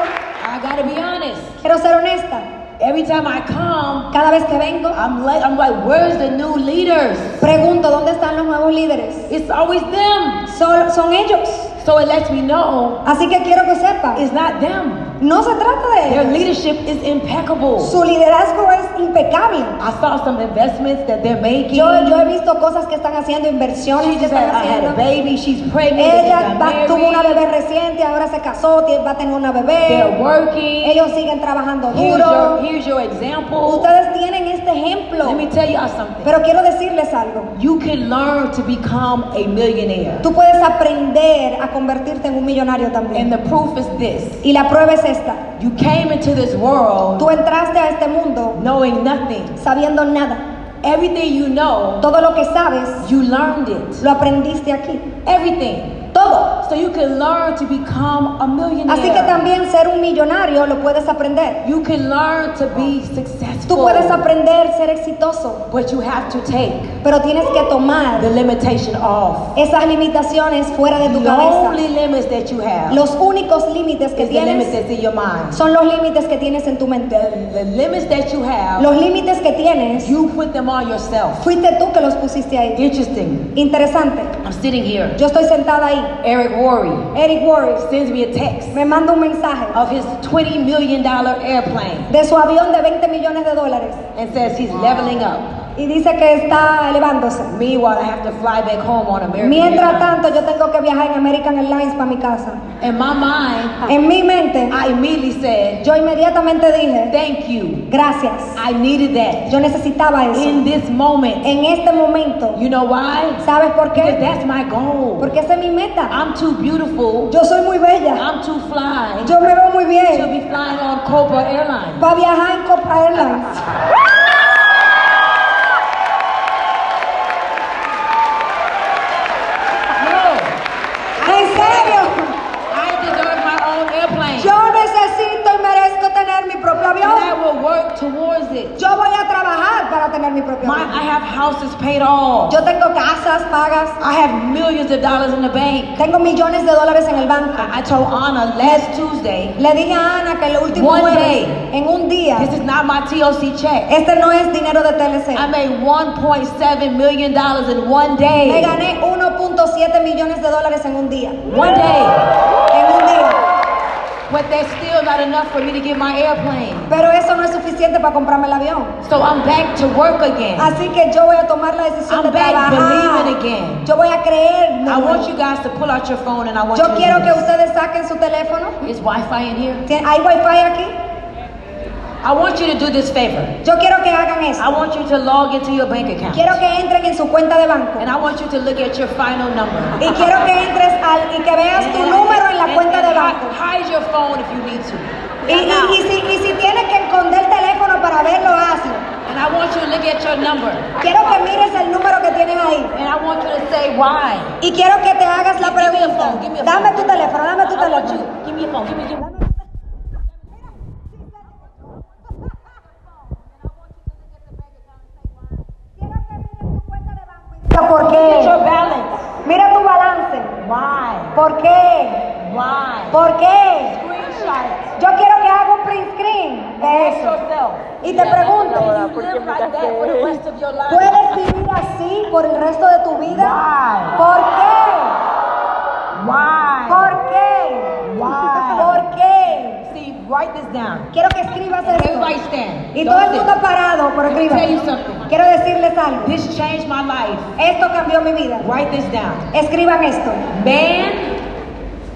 [SPEAKER 2] I gotta be honest.
[SPEAKER 1] quiero ser honesta.
[SPEAKER 2] Every time I come,
[SPEAKER 1] Cada vez que vengo,
[SPEAKER 2] I'm like, I'm like, where's the new leaders?
[SPEAKER 1] pregunto dónde están los nuevos líderes.
[SPEAKER 2] It's always them.
[SPEAKER 1] Son, son ellos.
[SPEAKER 2] So it lets me know
[SPEAKER 1] Así que quiero que sepan.
[SPEAKER 2] it's not them.
[SPEAKER 1] No se trata de
[SPEAKER 2] Their
[SPEAKER 1] ellos.
[SPEAKER 2] leadership is impeccable.
[SPEAKER 1] Su liderazgo es impecable.
[SPEAKER 2] I saw some investments that they're making.
[SPEAKER 1] Yo, yo he visto cosas que están haciendo, inversiones
[SPEAKER 2] She
[SPEAKER 1] que
[SPEAKER 2] just
[SPEAKER 1] están
[SPEAKER 2] had, I had Ah, a
[SPEAKER 1] haciendo.
[SPEAKER 2] baby. She's pregnant. they
[SPEAKER 1] Ella
[SPEAKER 2] got
[SPEAKER 1] va- tuvo una
[SPEAKER 2] married.
[SPEAKER 1] bebé reciente, ahora se casó, tie- va a tener una
[SPEAKER 2] They're
[SPEAKER 1] bebé.
[SPEAKER 2] working.
[SPEAKER 1] Ellos siguen trabajando
[SPEAKER 2] Here's your,
[SPEAKER 1] duro.
[SPEAKER 2] here's your example.
[SPEAKER 1] Ustedes tienen este ejemplo.
[SPEAKER 2] Let me tell y'all something.
[SPEAKER 1] Pero quiero decirles algo.
[SPEAKER 2] You can learn to become a millionaire.
[SPEAKER 1] Tú puedes aprender a convertirte en un millonario
[SPEAKER 2] And
[SPEAKER 1] también.
[SPEAKER 2] the proof is this.
[SPEAKER 1] Y la prueba es esta.
[SPEAKER 2] You came into this world
[SPEAKER 1] Tú entraste a este mundo
[SPEAKER 2] knowing nothing.
[SPEAKER 1] sabiendo nada.
[SPEAKER 2] Everything you know,
[SPEAKER 1] Todo lo que sabes
[SPEAKER 2] you learned it.
[SPEAKER 1] lo aprendiste aquí.
[SPEAKER 2] Everything.
[SPEAKER 1] Todo.
[SPEAKER 2] So you can learn to become a
[SPEAKER 1] Así que
[SPEAKER 2] millionaire.
[SPEAKER 1] también ser un millonario lo puedes aprender.
[SPEAKER 2] You can learn to be
[SPEAKER 1] Tú
[SPEAKER 2] successful.
[SPEAKER 1] puedes aprender a ser exitoso,
[SPEAKER 2] But you have to take
[SPEAKER 1] pero tienes que
[SPEAKER 2] the
[SPEAKER 1] tomar
[SPEAKER 2] limitation off.
[SPEAKER 1] esas limitaciones fuera de tu
[SPEAKER 2] The only
[SPEAKER 1] cabeza.
[SPEAKER 2] limits that you have
[SPEAKER 1] Los únicos límites que
[SPEAKER 2] is the
[SPEAKER 1] tienes
[SPEAKER 2] limits that's in your mind.
[SPEAKER 1] son los límites que tienes en tu mente.
[SPEAKER 2] The, the limits that you have
[SPEAKER 1] Los límites que tienes,
[SPEAKER 2] You put them on yourself.
[SPEAKER 1] fuiste tú que los pusiste ahí.
[SPEAKER 2] Interesting.
[SPEAKER 1] Interesante.
[SPEAKER 2] I'm sitting here.
[SPEAKER 1] Yo estoy sentada ahí.
[SPEAKER 2] Eric Worre
[SPEAKER 1] Eric Warris
[SPEAKER 2] sends me a text
[SPEAKER 1] me manda un mensaje
[SPEAKER 2] of his $20 million airplane
[SPEAKER 1] de su avión de 20 millones de dólares
[SPEAKER 2] and says he's leveling up.
[SPEAKER 1] y dice que está elevándose.
[SPEAKER 2] Meanwhile, I have to fly back home on American
[SPEAKER 1] Mientras
[SPEAKER 2] Airlines.
[SPEAKER 1] tanto, yo tengo que viajar en American Airlines para mi casa.
[SPEAKER 2] In my mind,
[SPEAKER 1] En mi mente,
[SPEAKER 2] I immediately said,
[SPEAKER 1] yo inmediatamente dije,
[SPEAKER 2] thank you.
[SPEAKER 1] Gracias.
[SPEAKER 2] I needed that.
[SPEAKER 1] Yo necesitaba eso.
[SPEAKER 2] In this moment.
[SPEAKER 1] En este momento,
[SPEAKER 2] You know why?
[SPEAKER 1] ¿sabes por
[SPEAKER 2] Because
[SPEAKER 1] qué?
[SPEAKER 2] that's my goal.
[SPEAKER 1] Porque esa es mi meta.
[SPEAKER 2] I'm too beautiful.
[SPEAKER 1] Yo soy muy bella.
[SPEAKER 2] I'm too fly
[SPEAKER 1] Yo me veo muy
[SPEAKER 2] to
[SPEAKER 1] bien
[SPEAKER 2] be flying on Cobra Airlines.
[SPEAKER 1] para viajar en Copa Airlines.
[SPEAKER 2] No,
[SPEAKER 1] En serio,
[SPEAKER 2] I deserve my own airplane.
[SPEAKER 1] yo necesito y merezco tener mi propio
[SPEAKER 2] And I
[SPEAKER 1] avión.
[SPEAKER 2] will work towards it.
[SPEAKER 1] Yo voy a trabajar para tener mi propio
[SPEAKER 2] My,
[SPEAKER 1] avión.
[SPEAKER 2] I have houses paid off.
[SPEAKER 1] Yo tengo casas pagas.
[SPEAKER 2] I have millions of dollars in the bank.
[SPEAKER 1] Tengo millones de dólares en el banco.
[SPEAKER 2] I, I told Anna last Tuesday,
[SPEAKER 1] Le dije a Ana que el último
[SPEAKER 2] One
[SPEAKER 1] jueves,
[SPEAKER 2] day.
[SPEAKER 1] en un día,
[SPEAKER 2] this is not my TOC check.
[SPEAKER 1] este no es dinero de TLC.
[SPEAKER 2] I made 1.7 million dollars in one
[SPEAKER 1] Me
[SPEAKER 2] day.
[SPEAKER 1] gané 1.7 millones de dólares en un día.
[SPEAKER 2] One day.
[SPEAKER 1] En un día.
[SPEAKER 2] but that's still not enough for me to get my airplane.
[SPEAKER 1] Pero eso no es suficiente para comprarme el avión.
[SPEAKER 2] So I'm back to work again.
[SPEAKER 1] Así que yo voy a tomar la decisión
[SPEAKER 2] I'm
[SPEAKER 1] de
[SPEAKER 2] back
[SPEAKER 1] trabajar.
[SPEAKER 2] believing again.
[SPEAKER 1] Yo voy a creer. de
[SPEAKER 2] I
[SPEAKER 1] nuevo.
[SPEAKER 2] want you guys to pull out your phone and I want
[SPEAKER 1] Yo
[SPEAKER 2] you to
[SPEAKER 1] quiero
[SPEAKER 2] do
[SPEAKER 1] que
[SPEAKER 2] this.
[SPEAKER 1] ustedes saquen su teléfono.
[SPEAKER 2] Is Wi-Fi in here?
[SPEAKER 1] ¿Tien- ¿Hay wifi aquí?
[SPEAKER 2] I want you to do this favor.
[SPEAKER 1] Yo quiero que hagan eso.
[SPEAKER 2] I want you to log into your bank account.
[SPEAKER 1] Quiero que entren en su cuenta de banco.
[SPEAKER 2] And I want you to look at your final number.
[SPEAKER 1] Y quiero que entres al, y que veas tu número en la
[SPEAKER 2] And-
[SPEAKER 1] cuenta
[SPEAKER 2] and
[SPEAKER 1] de
[SPEAKER 2] hi-
[SPEAKER 1] banco.
[SPEAKER 2] Hide your phone if you need to.
[SPEAKER 1] Y, y- y si, y si tienes que esconder el teléfono para verlo, hazlo.
[SPEAKER 2] And I want you to look at your number.
[SPEAKER 1] Quiero que mires el número que tienes ahí.
[SPEAKER 2] And I want you to say why.
[SPEAKER 1] Y quiero que te hagas la
[SPEAKER 2] Give me a
[SPEAKER 1] pregunta.
[SPEAKER 2] phone, give me a phone. Ah,
[SPEAKER 1] Dame tu teléfono, dame tu
[SPEAKER 2] I want you.
[SPEAKER 1] teléfono.
[SPEAKER 2] Give me a phone. Give me. Give me.
[SPEAKER 1] Quiero que mires tu cuenta de banco y digas, ¿Por
[SPEAKER 2] Look at your
[SPEAKER 1] qué?
[SPEAKER 2] balance.
[SPEAKER 1] Mira tu balance.
[SPEAKER 2] Why?
[SPEAKER 1] ¿Por qué?
[SPEAKER 2] Why?
[SPEAKER 1] ¿Por qué?
[SPEAKER 2] Screenshot.
[SPEAKER 1] Yo quiero que haga un print screen de
[SPEAKER 2] Ask
[SPEAKER 1] eso.
[SPEAKER 2] yourself.
[SPEAKER 1] Y te pregunto,
[SPEAKER 2] You live like that for the rest of your life.
[SPEAKER 1] ¿puedes vivir así por el resto de tu vida?
[SPEAKER 2] Why?
[SPEAKER 1] ¿Por qué?
[SPEAKER 2] Why?
[SPEAKER 1] ¿Por qué?
[SPEAKER 2] Why?
[SPEAKER 1] ¿Por qué?
[SPEAKER 2] See, write this down.
[SPEAKER 1] Quiero que escribas
[SPEAKER 2] Everybody
[SPEAKER 1] eso.
[SPEAKER 2] stand.
[SPEAKER 1] Y todo el
[SPEAKER 2] Don't
[SPEAKER 1] mundo
[SPEAKER 2] sit.
[SPEAKER 1] parado, pero
[SPEAKER 2] Let me tell you
[SPEAKER 1] escriban.
[SPEAKER 2] something.
[SPEAKER 1] Quiero decirles algo.
[SPEAKER 2] This changed my life.
[SPEAKER 1] Esto cambió mi vida.
[SPEAKER 2] Write this down.
[SPEAKER 1] Escriban esto.
[SPEAKER 2] Man,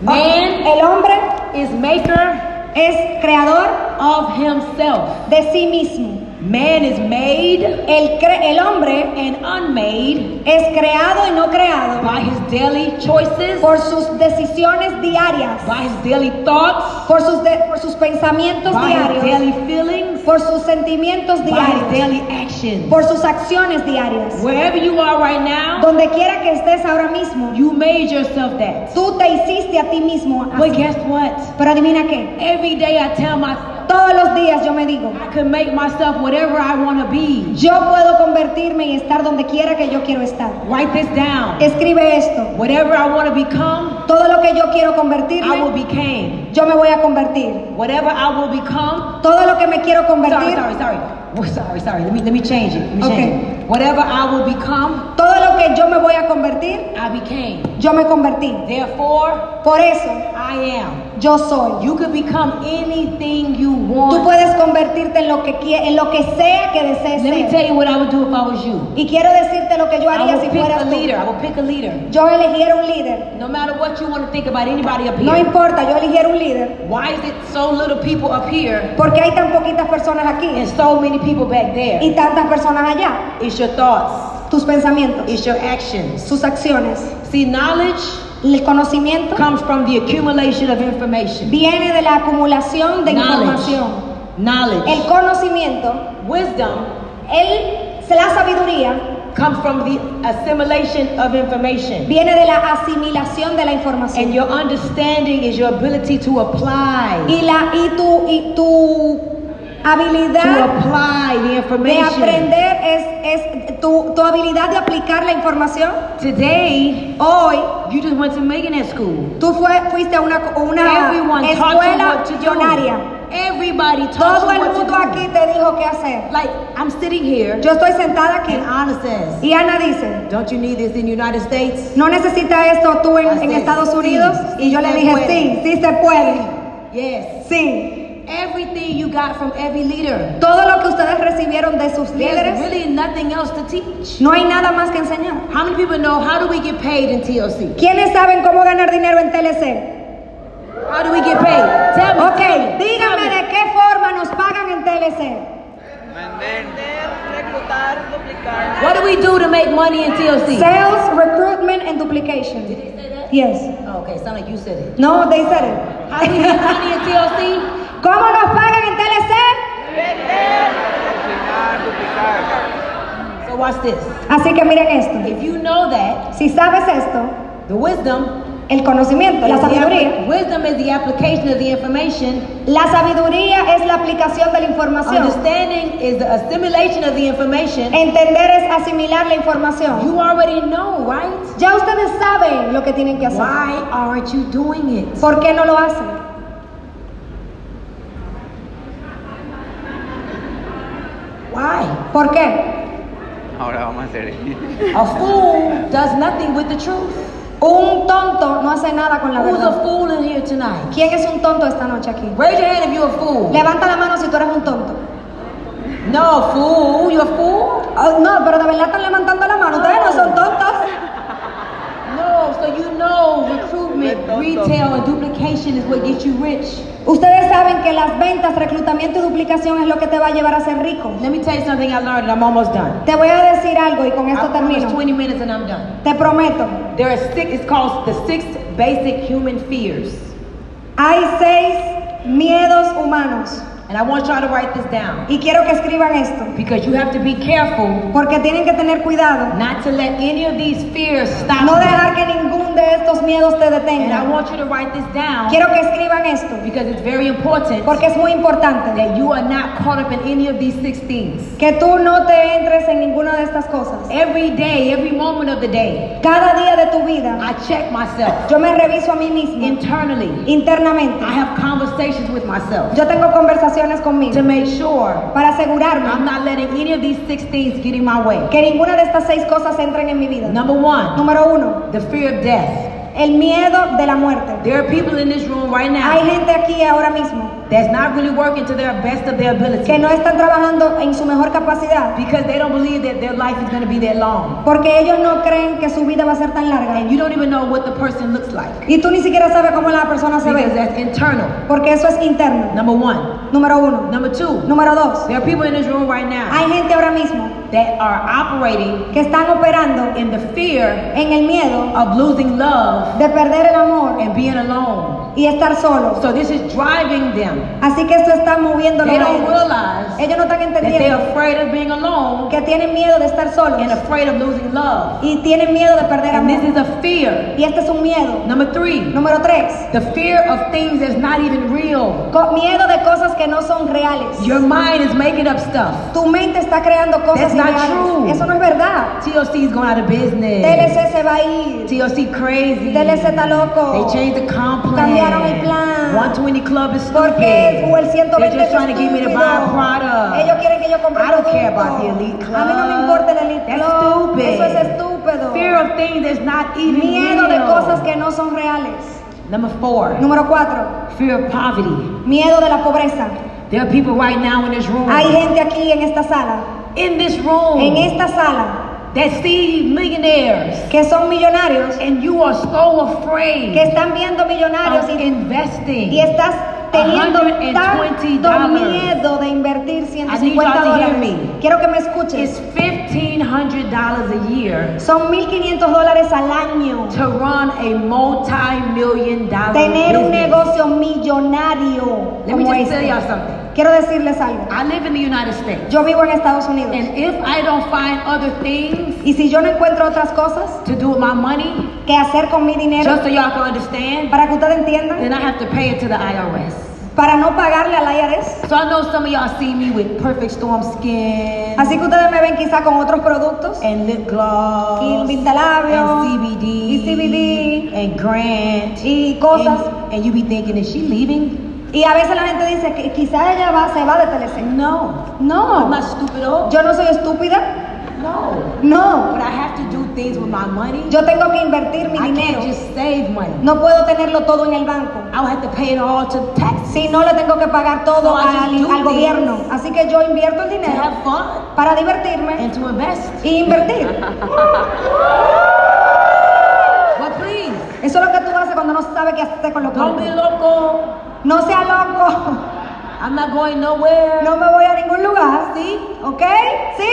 [SPEAKER 2] man
[SPEAKER 1] El hombre
[SPEAKER 2] is maker
[SPEAKER 1] es creador
[SPEAKER 2] of himself.
[SPEAKER 1] de sí mismo.
[SPEAKER 2] Man is made
[SPEAKER 1] El, cre- el hombre
[SPEAKER 2] and unmade
[SPEAKER 1] es creado y no creado
[SPEAKER 2] by his daily choices,
[SPEAKER 1] por sus decisiones diarias,
[SPEAKER 2] by his daily thoughts,
[SPEAKER 1] por sus, de- por sus pensamientos
[SPEAKER 2] by his
[SPEAKER 1] diarios,
[SPEAKER 2] daily feelings,
[SPEAKER 1] por sus sentimientos
[SPEAKER 2] by his
[SPEAKER 1] diarios,
[SPEAKER 2] daily actions.
[SPEAKER 1] por sus acciones diarias.
[SPEAKER 2] Wherever you are right now,
[SPEAKER 1] Donde quiera que estés ahora mismo,
[SPEAKER 2] you made yourself that.
[SPEAKER 1] tú te hiciste a ti mismo.
[SPEAKER 2] But
[SPEAKER 1] así.
[SPEAKER 2] guess what?
[SPEAKER 1] Pero adivina qué.
[SPEAKER 2] Every day I tell myself
[SPEAKER 1] Todos los días yo me digo,
[SPEAKER 2] I can make myself whatever I want to be.
[SPEAKER 1] yo puedo convertirme y estar donde quiera que yo quiero estar.
[SPEAKER 2] Write this down.
[SPEAKER 1] Escribe esto.
[SPEAKER 2] Whatever I want to become,
[SPEAKER 1] Todo lo que yo quiero
[SPEAKER 2] I will
[SPEAKER 1] convertirme,
[SPEAKER 2] become.
[SPEAKER 1] yo me voy a convertir.
[SPEAKER 2] Whatever I will become.
[SPEAKER 1] Todo lo que me quiero
[SPEAKER 2] Sorry,
[SPEAKER 1] convertir,
[SPEAKER 2] sorry, sorry. Well, sorry, sorry. Let me let me change it. Let me change
[SPEAKER 1] Okay.
[SPEAKER 2] it. Whatever I will become,
[SPEAKER 1] todo lo que yo me voy a convertir,
[SPEAKER 2] I became.
[SPEAKER 1] yo me convertí.
[SPEAKER 2] Therefore,
[SPEAKER 1] Por eso,
[SPEAKER 2] I am.
[SPEAKER 1] yo soy.
[SPEAKER 2] You can become anything you
[SPEAKER 1] Tú
[SPEAKER 2] want.
[SPEAKER 1] puedes convertirte en lo que quie- en lo que sea que desees
[SPEAKER 2] Let me
[SPEAKER 1] ser.
[SPEAKER 2] tell you what I would do if I was you.
[SPEAKER 1] Y quiero decirte lo que yo
[SPEAKER 2] I
[SPEAKER 1] haría
[SPEAKER 2] would
[SPEAKER 1] si
[SPEAKER 2] pick
[SPEAKER 1] fueras
[SPEAKER 2] a leader.
[SPEAKER 1] tú.
[SPEAKER 2] I would pick a leader.
[SPEAKER 1] Yo elegiera un líder.
[SPEAKER 2] No matter what you want to think about anybody up
[SPEAKER 1] No
[SPEAKER 2] here.
[SPEAKER 1] importa, yo eligiera un líder.
[SPEAKER 2] Why is it so little people up here
[SPEAKER 1] Porque hay tan poquitas personas aquí
[SPEAKER 2] and so many people back there?
[SPEAKER 1] y tantas personas allá.
[SPEAKER 2] It's your thoughts.
[SPEAKER 1] Tus pensamientos,
[SPEAKER 2] It's your actions.
[SPEAKER 1] sus acciones.
[SPEAKER 2] See, knowledge
[SPEAKER 1] El conocimiento
[SPEAKER 2] comes from the accumulation of information.
[SPEAKER 1] viene de la acumulación de información.
[SPEAKER 2] Knowledge. Knowledge.
[SPEAKER 1] El conocimiento,
[SPEAKER 2] Wisdom
[SPEAKER 1] el, la sabiduría,
[SPEAKER 2] comes from the assimilation of information.
[SPEAKER 1] viene de la asimilación de la
[SPEAKER 2] And
[SPEAKER 1] información.
[SPEAKER 2] your understanding is your ability to apply.
[SPEAKER 1] Y, la, y, tu, y tu
[SPEAKER 2] To
[SPEAKER 1] habilidad
[SPEAKER 2] apply the
[SPEAKER 1] de
[SPEAKER 2] information.
[SPEAKER 1] aprender es, es tu, tu habilidad de aplicar la información.
[SPEAKER 2] Today,
[SPEAKER 1] Hoy,
[SPEAKER 2] you just went to Megan school.
[SPEAKER 1] tú fue- fuiste a una, una
[SPEAKER 2] Everyone taught you
[SPEAKER 1] escuela
[SPEAKER 2] what to
[SPEAKER 1] millonaria.
[SPEAKER 2] do. Everybody taught
[SPEAKER 1] Todo
[SPEAKER 2] you
[SPEAKER 1] el
[SPEAKER 2] what
[SPEAKER 1] mundo
[SPEAKER 2] to
[SPEAKER 1] aquí
[SPEAKER 2] do.
[SPEAKER 1] te dijo qué hacer.
[SPEAKER 2] Like, I'm sitting here,
[SPEAKER 1] Yo estoy sentada aquí
[SPEAKER 2] and Anna says,
[SPEAKER 1] y Ana dice,
[SPEAKER 2] don't you need this in the United States?
[SPEAKER 1] ¿no necesita esto tú en,
[SPEAKER 2] Así
[SPEAKER 1] en
[SPEAKER 2] es,
[SPEAKER 1] Estados
[SPEAKER 2] sí,
[SPEAKER 1] Unidos?
[SPEAKER 2] sí
[SPEAKER 1] Y yo le
[SPEAKER 2] se
[SPEAKER 1] dije,
[SPEAKER 2] puede.
[SPEAKER 1] sí, sí se puede.
[SPEAKER 2] Yes.
[SPEAKER 1] Sí.
[SPEAKER 2] Everything you got from every leader.
[SPEAKER 1] Todo lo que ustedes recibieron de sus
[SPEAKER 2] There's
[SPEAKER 1] líderes,
[SPEAKER 2] really nothing else to teach.
[SPEAKER 1] no hay nada más que enseñar.
[SPEAKER 2] How many people know how do we get paid in TLC?
[SPEAKER 1] ¿Quiénes saben cómo ganar dinero en TLC?
[SPEAKER 2] How do we get paid? Tell me.
[SPEAKER 1] Ok,
[SPEAKER 2] tell me, tell
[SPEAKER 1] díganme
[SPEAKER 2] me.
[SPEAKER 1] de qué forma nos pagan en TLC.
[SPEAKER 2] What do we do to make money in TLC?
[SPEAKER 1] Sales, recruitment and duplication. Yes.
[SPEAKER 2] Oh, okay, sound like you said it.
[SPEAKER 1] No, they said it.
[SPEAKER 2] How do we get money in TLC?
[SPEAKER 1] ¿Cómo nos pagan en TLC?
[SPEAKER 2] So watch this.
[SPEAKER 1] Así que miren esto.
[SPEAKER 2] If you know that,
[SPEAKER 1] Si sabes esto,
[SPEAKER 2] the wisdom,
[SPEAKER 1] el conocimiento, la
[SPEAKER 2] is the
[SPEAKER 1] sabiduría.
[SPEAKER 2] app- wisdom is the application of the information.
[SPEAKER 1] La sabiduría es la aplicación de la información.
[SPEAKER 2] Understanding is the assimilation of the information.
[SPEAKER 1] Entender es asimilar la información.
[SPEAKER 2] You already know, right?
[SPEAKER 1] Ya ustedes saben lo que tienen que hacer.
[SPEAKER 2] Why aren't you doing it?
[SPEAKER 1] ¿Por qué no lo hacen?
[SPEAKER 2] Why?
[SPEAKER 1] ¿Por qué?
[SPEAKER 3] Ahora vamos a hacer.
[SPEAKER 2] A fool does nothing with the truth. Oh,
[SPEAKER 1] Un tonto no hace nada con la
[SPEAKER 2] Who's a
[SPEAKER 1] verdad.
[SPEAKER 2] fool in here tonight?
[SPEAKER 1] ¿Quién es un tonto esta noche aquí?
[SPEAKER 2] Raise your hand if you're a fool.
[SPEAKER 1] Levanta la mano si tú eres un tonto.
[SPEAKER 2] No, fool, you're a fool?
[SPEAKER 1] Oh, no, pero de verdad están levantando la mano. Ustedes no son tontos.
[SPEAKER 2] No, so you know recruitment, retail, and duplication is what gets you rich.
[SPEAKER 1] Ustedes saben que las ventas, reclutamiento y duplicación es lo que te va a llevar a ser rico.
[SPEAKER 2] Let me tell you something I learned, and I'm almost done.
[SPEAKER 1] Te voy a decir algo y con
[SPEAKER 2] I
[SPEAKER 1] esto
[SPEAKER 2] promise
[SPEAKER 1] termino.
[SPEAKER 2] 20 minutes and I'm done.
[SPEAKER 1] Te prometo,
[SPEAKER 2] There are six, it's called the six basic human fears.
[SPEAKER 1] hay seis miedos humanos
[SPEAKER 2] And I want y'all to write this down
[SPEAKER 1] y quiero que escriban esto
[SPEAKER 2] because you have to be careful
[SPEAKER 1] porque tienen que tener cuidado.
[SPEAKER 2] not to let any of these fears stop
[SPEAKER 1] No
[SPEAKER 2] you.
[SPEAKER 1] dejar que ningún de estos miedos te
[SPEAKER 2] And I
[SPEAKER 1] detenga.
[SPEAKER 2] want you to write this down
[SPEAKER 1] Quiero que escriban esto
[SPEAKER 2] because it's very important
[SPEAKER 1] porque es muy importante
[SPEAKER 2] that you are not caught up in any of these six things.
[SPEAKER 1] que tú no te entres en ninguna de estas cosas.
[SPEAKER 2] Every day, every moment of the day,
[SPEAKER 1] Cada día de tu vida
[SPEAKER 2] I check myself
[SPEAKER 1] yo me reviso a mí mismo
[SPEAKER 2] internally.
[SPEAKER 1] internamente.
[SPEAKER 2] I have conversations with myself
[SPEAKER 1] Yo tengo conversaciones conmigo
[SPEAKER 2] to make sure
[SPEAKER 1] para asegurarme
[SPEAKER 2] I'm not letting any of these six things get in my way.
[SPEAKER 1] que ninguna de estas seis cosas entren en mi vida.
[SPEAKER 2] Number one,
[SPEAKER 1] Número uno,
[SPEAKER 2] the fear of death.
[SPEAKER 1] el miedo de la muerte.
[SPEAKER 2] There are people in this room right
[SPEAKER 1] Hay
[SPEAKER 2] now
[SPEAKER 1] gente aquí ahora mismo
[SPEAKER 2] that's not really working to their best of their
[SPEAKER 1] que
[SPEAKER 2] ability
[SPEAKER 1] no están trabajando en su mejor capacidad
[SPEAKER 2] because they don't believe that their life is going to be that long.
[SPEAKER 1] porque ellos no creen que su vida va a ser tan larga.
[SPEAKER 2] And you don't even know what the person looks like
[SPEAKER 1] Y tú ni siquiera sabes cómo la persona se
[SPEAKER 2] because
[SPEAKER 1] ve
[SPEAKER 2] that's internal.
[SPEAKER 1] porque eso es interno.
[SPEAKER 2] Number one.
[SPEAKER 1] Número uno.
[SPEAKER 2] Number two,
[SPEAKER 1] Número dos,
[SPEAKER 2] there are people in this room right now
[SPEAKER 1] hay gente ahora mismo
[SPEAKER 2] that are operating
[SPEAKER 1] que están operando
[SPEAKER 2] in the fear
[SPEAKER 1] en el miedo
[SPEAKER 2] of losing love
[SPEAKER 1] de perder el amor
[SPEAKER 2] and being alone.
[SPEAKER 1] y estar solos.
[SPEAKER 2] So this is driving them.
[SPEAKER 1] Así que esto está moviéndolo
[SPEAKER 2] They
[SPEAKER 1] a
[SPEAKER 2] don't
[SPEAKER 1] ellos.
[SPEAKER 2] realize
[SPEAKER 1] Ellos no están
[SPEAKER 2] that
[SPEAKER 1] entendiendo
[SPEAKER 2] they're afraid of being alone
[SPEAKER 1] que tienen miedo de estar solos
[SPEAKER 2] and afraid of losing love.
[SPEAKER 1] y tienen miedo de perder
[SPEAKER 2] And this
[SPEAKER 1] amor.
[SPEAKER 2] is a fear.
[SPEAKER 1] Y este es un miedo.
[SPEAKER 2] Number three,
[SPEAKER 1] Número tres,
[SPEAKER 2] the fear of things that's not even real.
[SPEAKER 1] co- miedo de cosas que no son reales.
[SPEAKER 2] Your mind is making up stuff.
[SPEAKER 1] Tu mente está creando cosas
[SPEAKER 2] That's not
[SPEAKER 1] irreales.
[SPEAKER 2] true.
[SPEAKER 1] Eso no es verdad.
[SPEAKER 2] TLC is going out of business.
[SPEAKER 1] TLC se va a ir.
[SPEAKER 2] TLC crazy.
[SPEAKER 1] TLC está
[SPEAKER 2] They
[SPEAKER 1] loco.
[SPEAKER 2] changed the comp plan.
[SPEAKER 1] Oh. Cambiaron el plan.
[SPEAKER 2] 120 Club is stupid.
[SPEAKER 1] Porque o el 120
[SPEAKER 2] They're
[SPEAKER 1] es
[SPEAKER 2] just trying to get me to buy a
[SPEAKER 1] estúpido.
[SPEAKER 2] product.
[SPEAKER 1] Ellos quieren que yo compre
[SPEAKER 2] I don't
[SPEAKER 1] producto.
[SPEAKER 2] care about the elite club.
[SPEAKER 1] A mí no me importa el elite
[SPEAKER 2] That's
[SPEAKER 1] club.
[SPEAKER 2] stupid.
[SPEAKER 1] Eso es estúpido.
[SPEAKER 2] Fear of things that's not even
[SPEAKER 1] Miedo de
[SPEAKER 2] real.
[SPEAKER 1] cosas que no son reales.
[SPEAKER 2] Number four,
[SPEAKER 1] Número cuatro,
[SPEAKER 2] fear of poverty.
[SPEAKER 1] miedo de la pobreza.
[SPEAKER 2] There are people right now in this room,
[SPEAKER 1] Hay gente aquí en esta sala,
[SPEAKER 2] in this room,
[SPEAKER 1] en esta sala,
[SPEAKER 2] that see millionaires,
[SPEAKER 1] que son millonarios,
[SPEAKER 2] and you are so afraid
[SPEAKER 1] que están viendo millonarios
[SPEAKER 2] of
[SPEAKER 1] y
[SPEAKER 2] investing.
[SPEAKER 1] y estás teniendo
[SPEAKER 2] $120.
[SPEAKER 1] tanto miedo de invertir 150
[SPEAKER 2] I need y'all to hear
[SPEAKER 1] dólares.
[SPEAKER 2] me.
[SPEAKER 1] Quiero que me
[SPEAKER 2] It's
[SPEAKER 1] escuches.
[SPEAKER 2] fifteen hundred dollars a year
[SPEAKER 1] Son 1.500 dólares al año.
[SPEAKER 2] to run a multi-million dollar
[SPEAKER 1] Tener un
[SPEAKER 2] business.
[SPEAKER 1] negocio millonario
[SPEAKER 2] Ah, Let me
[SPEAKER 1] como
[SPEAKER 2] just tell y'all
[SPEAKER 1] este.
[SPEAKER 2] something.
[SPEAKER 1] Quiero decirles algo.
[SPEAKER 2] I live in the United States,
[SPEAKER 1] Yo vivo en Estados Unidos.
[SPEAKER 2] and if I don't find other things
[SPEAKER 1] Y si yo no encuentro otras cosas
[SPEAKER 2] to do with my money,
[SPEAKER 1] que hacer con mi dinero,
[SPEAKER 2] just so y'all can understand,
[SPEAKER 1] para que ustedes entiendan,
[SPEAKER 2] then I have to pay it to the IRS.
[SPEAKER 1] para no pagarle al IRS.
[SPEAKER 2] So I know some of y'all see me with perfect storm skin
[SPEAKER 1] Así que ustedes me ven quizá con otros productos.
[SPEAKER 2] and lip gloss
[SPEAKER 1] Y
[SPEAKER 2] and
[SPEAKER 1] pintalabios
[SPEAKER 2] CBD
[SPEAKER 1] y CBD.
[SPEAKER 2] and Grant
[SPEAKER 1] y cosas.
[SPEAKER 2] And, and you be thinking, is she leaving?
[SPEAKER 1] Y a veces la gente dice que quizá ella va, se va de Telecentro.
[SPEAKER 2] No,
[SPEAKER 1] No.
[SPEAKER 2] I'm not stupid. old.
[SPEAKER 1] Yo no soy estúpida.
[SPEAKER 2] No,
[SPEAKER 1] No.
[SPEAKER 2] but I have to do things with my money.
[SPEAKER 1] Yo tengo que invertir mi
[SPEAKER 2] I
[SPEAKER 1] dinero.
[SPEAKER 2] can't just save money.
[SPEAKER 1] No puedo tenerlo todo en el banco.
[SPEAKER 2] I would have to pay it all to taxes
[SPEAKER 1] Si no, le tengo que pagar todo
[SPEAKER 2] So I just
[SPEAKER 1] al,
[SPEAKER 2] do
[SPEAKER 1] al gobierno.
[SPEAKER 2] things.
[SPEAKER 1] Así que yo invierto el
[SPEAKER 2] to
[SPEAKER 1] dinero
[SPEAKER 2] have fun
[SPEAKER 1] para divertirme
[SPEAKER 2] and to invest.
[SPEAKER 1] y invertir.
[SPEAKER 2] But please,
[SPEAKER 1] Eso es lo que tú haces cuando no sabes qué hacer con los
[SPEAKER 2] don't be
[SPEAKER 1] cuartos.
[SPEAKER 2] local.
[SPEAKER 1] No sea loco.
[SPEAKER 2] I'm not going nowhere.
[SPEAKER 1] No me voy a ningún lugar.
[SPEAKER 2] See?
[SPEAKER 1] ¿Ok? ¿Sí?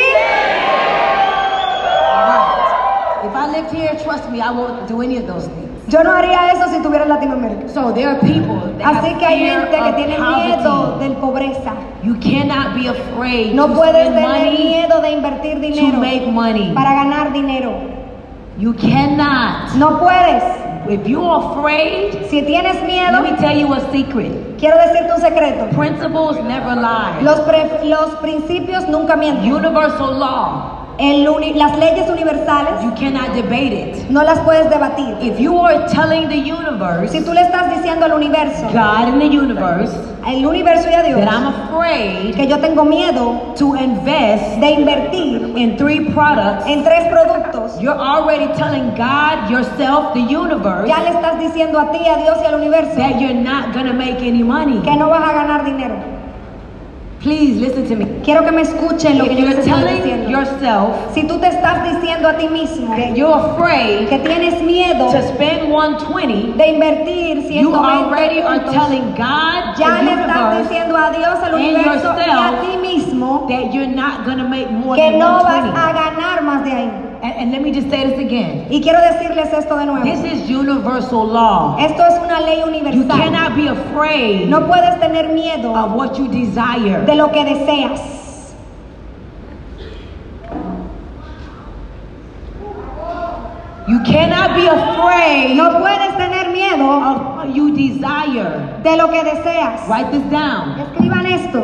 [SPEAKER 2] All right. If I lived here, trust me, I won't do any of those things.
[SPEAKER 1] Yo no haría eso si tuviera en Latinoamérica.
[SPEAKER 2] So there are people that
[SPEAKER 1] Así
[SPEAKER 2] have
[SPEAKER 1] que hay
[SPEAKER 2] fear
[SPEAKER 1] gente que
[SPEAKER 2] of
[SPEAKER 1] tiene
[SPEAKER 2] poverty.
[SPEAKER 1] miedo del pobreza.
[SPEAKER 2] You cannot be afraid
[SPEAKER 1] No
[SPEAKER 2] to
[SPEAKER 1] puedes
[SPEAKER 2] spend
[SPEAKER 1] tener
[SPEAKER 2] money
[SPEAKER 1] miedo de invertir
[SPEAKER 2] to
[SPEAKER 1] dinero
[SPEAKER 2] make money.
[SPEAKER 1] para ganar dinero.
[SPEAKER 2] You cannot.
[SPEAKER 1] No puedes.
[SPEAKER 2] If you're afraid,
[SPEAKER 1] Si tienes miedo,
[SPEAKER 2] let me tell you a secret.
[SPEAKER 1] quiero decirte un secreto.
[SPEAKER 2] Principles never lie.
[SPEAKER 1] Los, pre- los principios nunca mienten.
[SPEAKER 2] Universal law.
[SPEAKER 1] El uni- las leyes universales
[SPEAKER 2] You cannot debate it.
[SPEAKER 1] no las puedes debatir.
[SPEAKER 2] If you are telling the universe,
[SPEAKER 1] Si tú le estás diciendo al universo,
[SPEAKER 2] God in the universe,
[SPEAKER 1] al universo y a Dios,
[SPEAKER 2] that I'm afraid
[SPEAKER 1] que yo tengo miedo
[SPEAKER 2] to invest
[SPEAKER 1] de invertir
[SPEAKER 2] in three products,
[SPEAKER 1] en tres productos,
[SPEAKER 2] you're already telling God, yourself, the universe,
[SPEAKER 1] ya le estás diciendo a ti, a Dios y al universo
[SPEAKER 2] that you're not gonna make any money.
[SPEAKER 1] que no vas a ganar dinero.
[SPEAKER 2] Please listen to me.
[SPEAKER 1] Quiero que me escuchen lo que
[SPEAKER 2] If
[SPEAKER 1] yo les
[SPEAKER 2] you're
[SPEAKER 1] estoy
[SPEAKER 2] telling
[SPEAKER 1] diciendo.
[SPEAKER 2] yourself
[SPEAKER 1] Si tú te estás diciendo a ti mismo
[SPEAKER 2] that you're afraid
[SPEAKER 1] que tienes miedo
[SPEAKER 2] to spend 120,
[SPEAKER 1] de invertir
[SPEAKER 2] you
[SPEAKER 1] 120
[SPEAKER 2] already are
[SPEAKER 1] puntos,
[SPEAKER 2] telling God, the
[SPEAKER 1] ya le estás
[SPEAKER 2] universe,
[SPEAKER 1] diciendo a Dios, al
[SPEAKER 2] and
[SPEAKER 1] universo y a
[SPEAKER 2] yourself
[SPEAKER 1] ti mismo
[SPEAKER 2] that you're not gonna make more
[SPEAKER 1] que
[SPEAKER 2] than
[SPEAKER 1] no vas a
[SPEAKER 2] 120.
[SPEAKER 1] ganar más de ahí.
[SPEAKER 2] And, and let me just say this again.
[SPEAKER 1] Y quiero decirles esto de nuevo.
[SPEAKER 2] This is universal law.
[SPEAKER 1] Esto es una ley
[SPEAKER 2] You
[SPEAKER 1] universal.
[SPEAKER 2] cannot be afraid
[SPEAKER 1] No puedes tener miedo
[SPEAKER 2] of what you desire.
[SPEAKER 1] de lo que deseas.
[SPEAKER 2] You cannot be afraid
[SPEAKER 1] No puedes tener miedo
[SPEAKER 2] of what you desire.
[SPEAKER 1] de lo que deseas.
[SPEAKER 2] Write this down.
[SPEAKER 1] Escriban esto.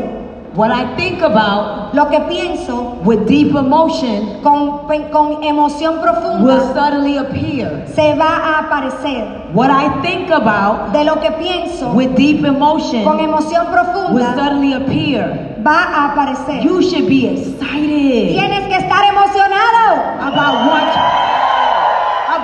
[SPEAKER 2] What I think about
[SPEAKER 1] Lo que pienso
[SPEAKER 2] with deep emotion
[SPEAKER 1] con, con emoción
[SPEAKER 2] will
[SPEAKER 1] profunda
[SPEAKER 2] suddenly appear.
[SPEAKER 1] se va a aparecer.
[SPEAKER 2] What I think about
[SPEAKER 1] De lo que pienso
[SPEAKER 2] with deep
[SPEAKER 1] con
[SPEAKER 2] emotion
[SPEAKER 1] emoción
[SPEAKER 2] will
[SPEAKER 1] profunda
[SPEAKER 2] suddenly appear.
[SPEAKER 1] va a aparecer.
[SPEAKER 2] You should be excited
[SPEAKER 1] Tienes que estar emocionado
[SPEAKER 2] about what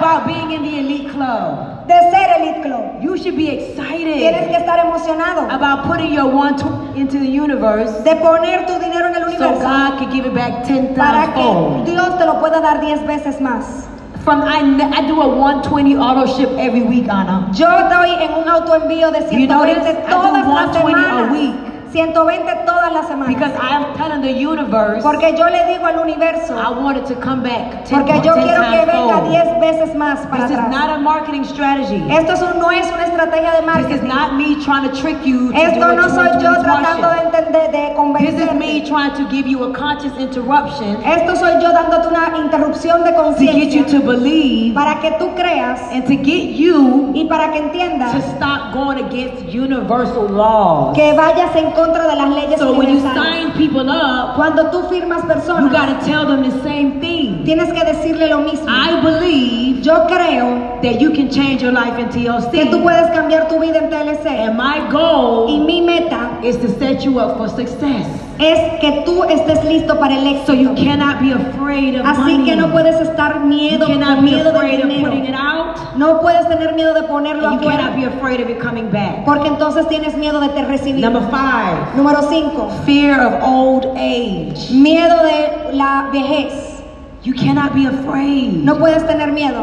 [SPEAKER 2] about being in the elite club.
[SPEAKER 1] de ser Elite Club.
[SPEAKER 2] You should be
[SPEAKER 1] Tienes
[SPEAKER 2] excited
[SPEAKER 1] que estar emocionado
[SPEAKER 2] about putting your one tw- into the universe
[SPEAKER 1] de poner tu dinero en el
[SPEAKER 2] so
[SPEAKER 1] universo
[SPEAKER 2] God could give it back ten
[SPEAKER 1] para
[SPEAKER 2] times
[SPEAKER 1] que
[SPEAKER 2] fold.
[SPEAKER 1] Dios te lo pueda dar 10 veces más.
[SPEAKER 2] From I, ne- I do a 120 auto ship every week, Anna.
[SPEAKER 1] Yo doy en un autoenvío de
[SPEAKER 2] You
[SPEAKER 1] 120
[SPEAKER 2] notice? I do
[SPEAKER 1] todas las
[SPEAKER 2] 120 a
[SPEAKER 1] semanas.
[SPEAKER 2] week.
[SPEAKER 1] 120 todas las semanas.
[SPEAKER 2] Because I'm telling the universe
[SPEAKER 1] Porque yo le digo al universo,
[SPEAKER 2] I want it to come back ten,
[SPEAKER 1] porque yo
[SPEAKER 2] 10
[SPEAKER 1] quiero que
[SPEAKER 2] times
[SPEAKER 1] venga
[SPEAKER 2] fold.
[SPEAKER 1] 10 veces más para
[SPEAKER 2] This is
[SPEAKER 1] atrás.
[SPEAKER 2] not a marketing strategy.
[SPEAKER 1] Esto es un- no es una estrategia de
[SPEAKER 2] This is
[SPEAKER 1] marketing.
[SPEAKER 2] not me trying to trick you. To do
[SPEAKER 1] Esto
[SPEAKER 2] a
[SPEAKER 1] no soy yo
[SPEAKER 2] 20
[SPEAKER 1] tratando de
[SPEAKER 2] wash
[SPEAKER 1] entender, de
[SPEAKER 2] it. This is me
[SPEAKER 1] convencerte.
[SPEAKER 2] trying to give you a conscious interruption
[SPEAKER 1] Esto soy yo dándote una interrupción de
[SPEAKER 2] to get you
[SPEAKER 1] conciencia
[SPEAKER 2] to believe
[SPEAKER 1] para que tú creas
[SPEAKER 2] and to get you
[SPEAKER 1] y para que entiendas
[SPEAKER 2] to stop going against universal laws.
[SPEAKER 1] que vayas en contra de las leyes
[SPEAKER 2] So when you
[SPEAKER 1] universales.
[SPEAKER 2] sign people up,
[SPEAKER 1] Cuando tú firmas
[SPEAKER 2] you
[SPEAKER 1] personas,
[SPEAKER 2] gotta tell them the same thing.
[SPEAKER 1] tienes que decirle lo mismo.
[SPEAKER 2] I believe
[SPEAKER 1] Yo creo
[SPEAKER 2] that you can change your life in
[SPEAKER 1] que tú
[SPEAKER 2] TLC.
[SPEAKER 1] puedes cambiar tu vida en TLC.
[SPEAKER 2] And my
[SPEAKER 1] Y
[SPEAKER 2] goal
[SPEAKER 1] mi meta
[SPEAKER 2] is to set you up for success.
[SPEAKER 1] es que tú estés listo para el
[SPEAKER 2] So you
[SPEAKER 1] éxito.
[SPEAKER 2] cannot be afraid of
[SPEAKER 1] Así que no
[SPEAKER 2] money.
[SPEAKER 1] puedes estar
[SPEAKER 2] You
[SPEAKER 1] miedo,
[SPEAKER 2] cannot
[SPEAKER 1] con
[SPEAKER 2] be
[SPEAKER 1] miedo de
[SPEAKER 2] afraid of putting it
[SPEAKER 1] dinero.
[SPEAKER 2] out.
[SPEAKER 1] No puedes tener miedo de ponerlo
[SPEAKER 2] And you cannot
[SPEAKER 1] afuera,
[SPEAKER 2] be afraid of it coming back.
[SPEAKER 1] porque entonces tienes miedo de te recibir.
[SPEAKER 2] Number five,
[SPEAKER 1] Número 5.
[SPEAKER 2] fear of old age.
[SPEAKER 1] Miedo de la vejez.
[SPEAKER 2] You cannot be afraid
[SPEAKER 1] No puedes tener miedo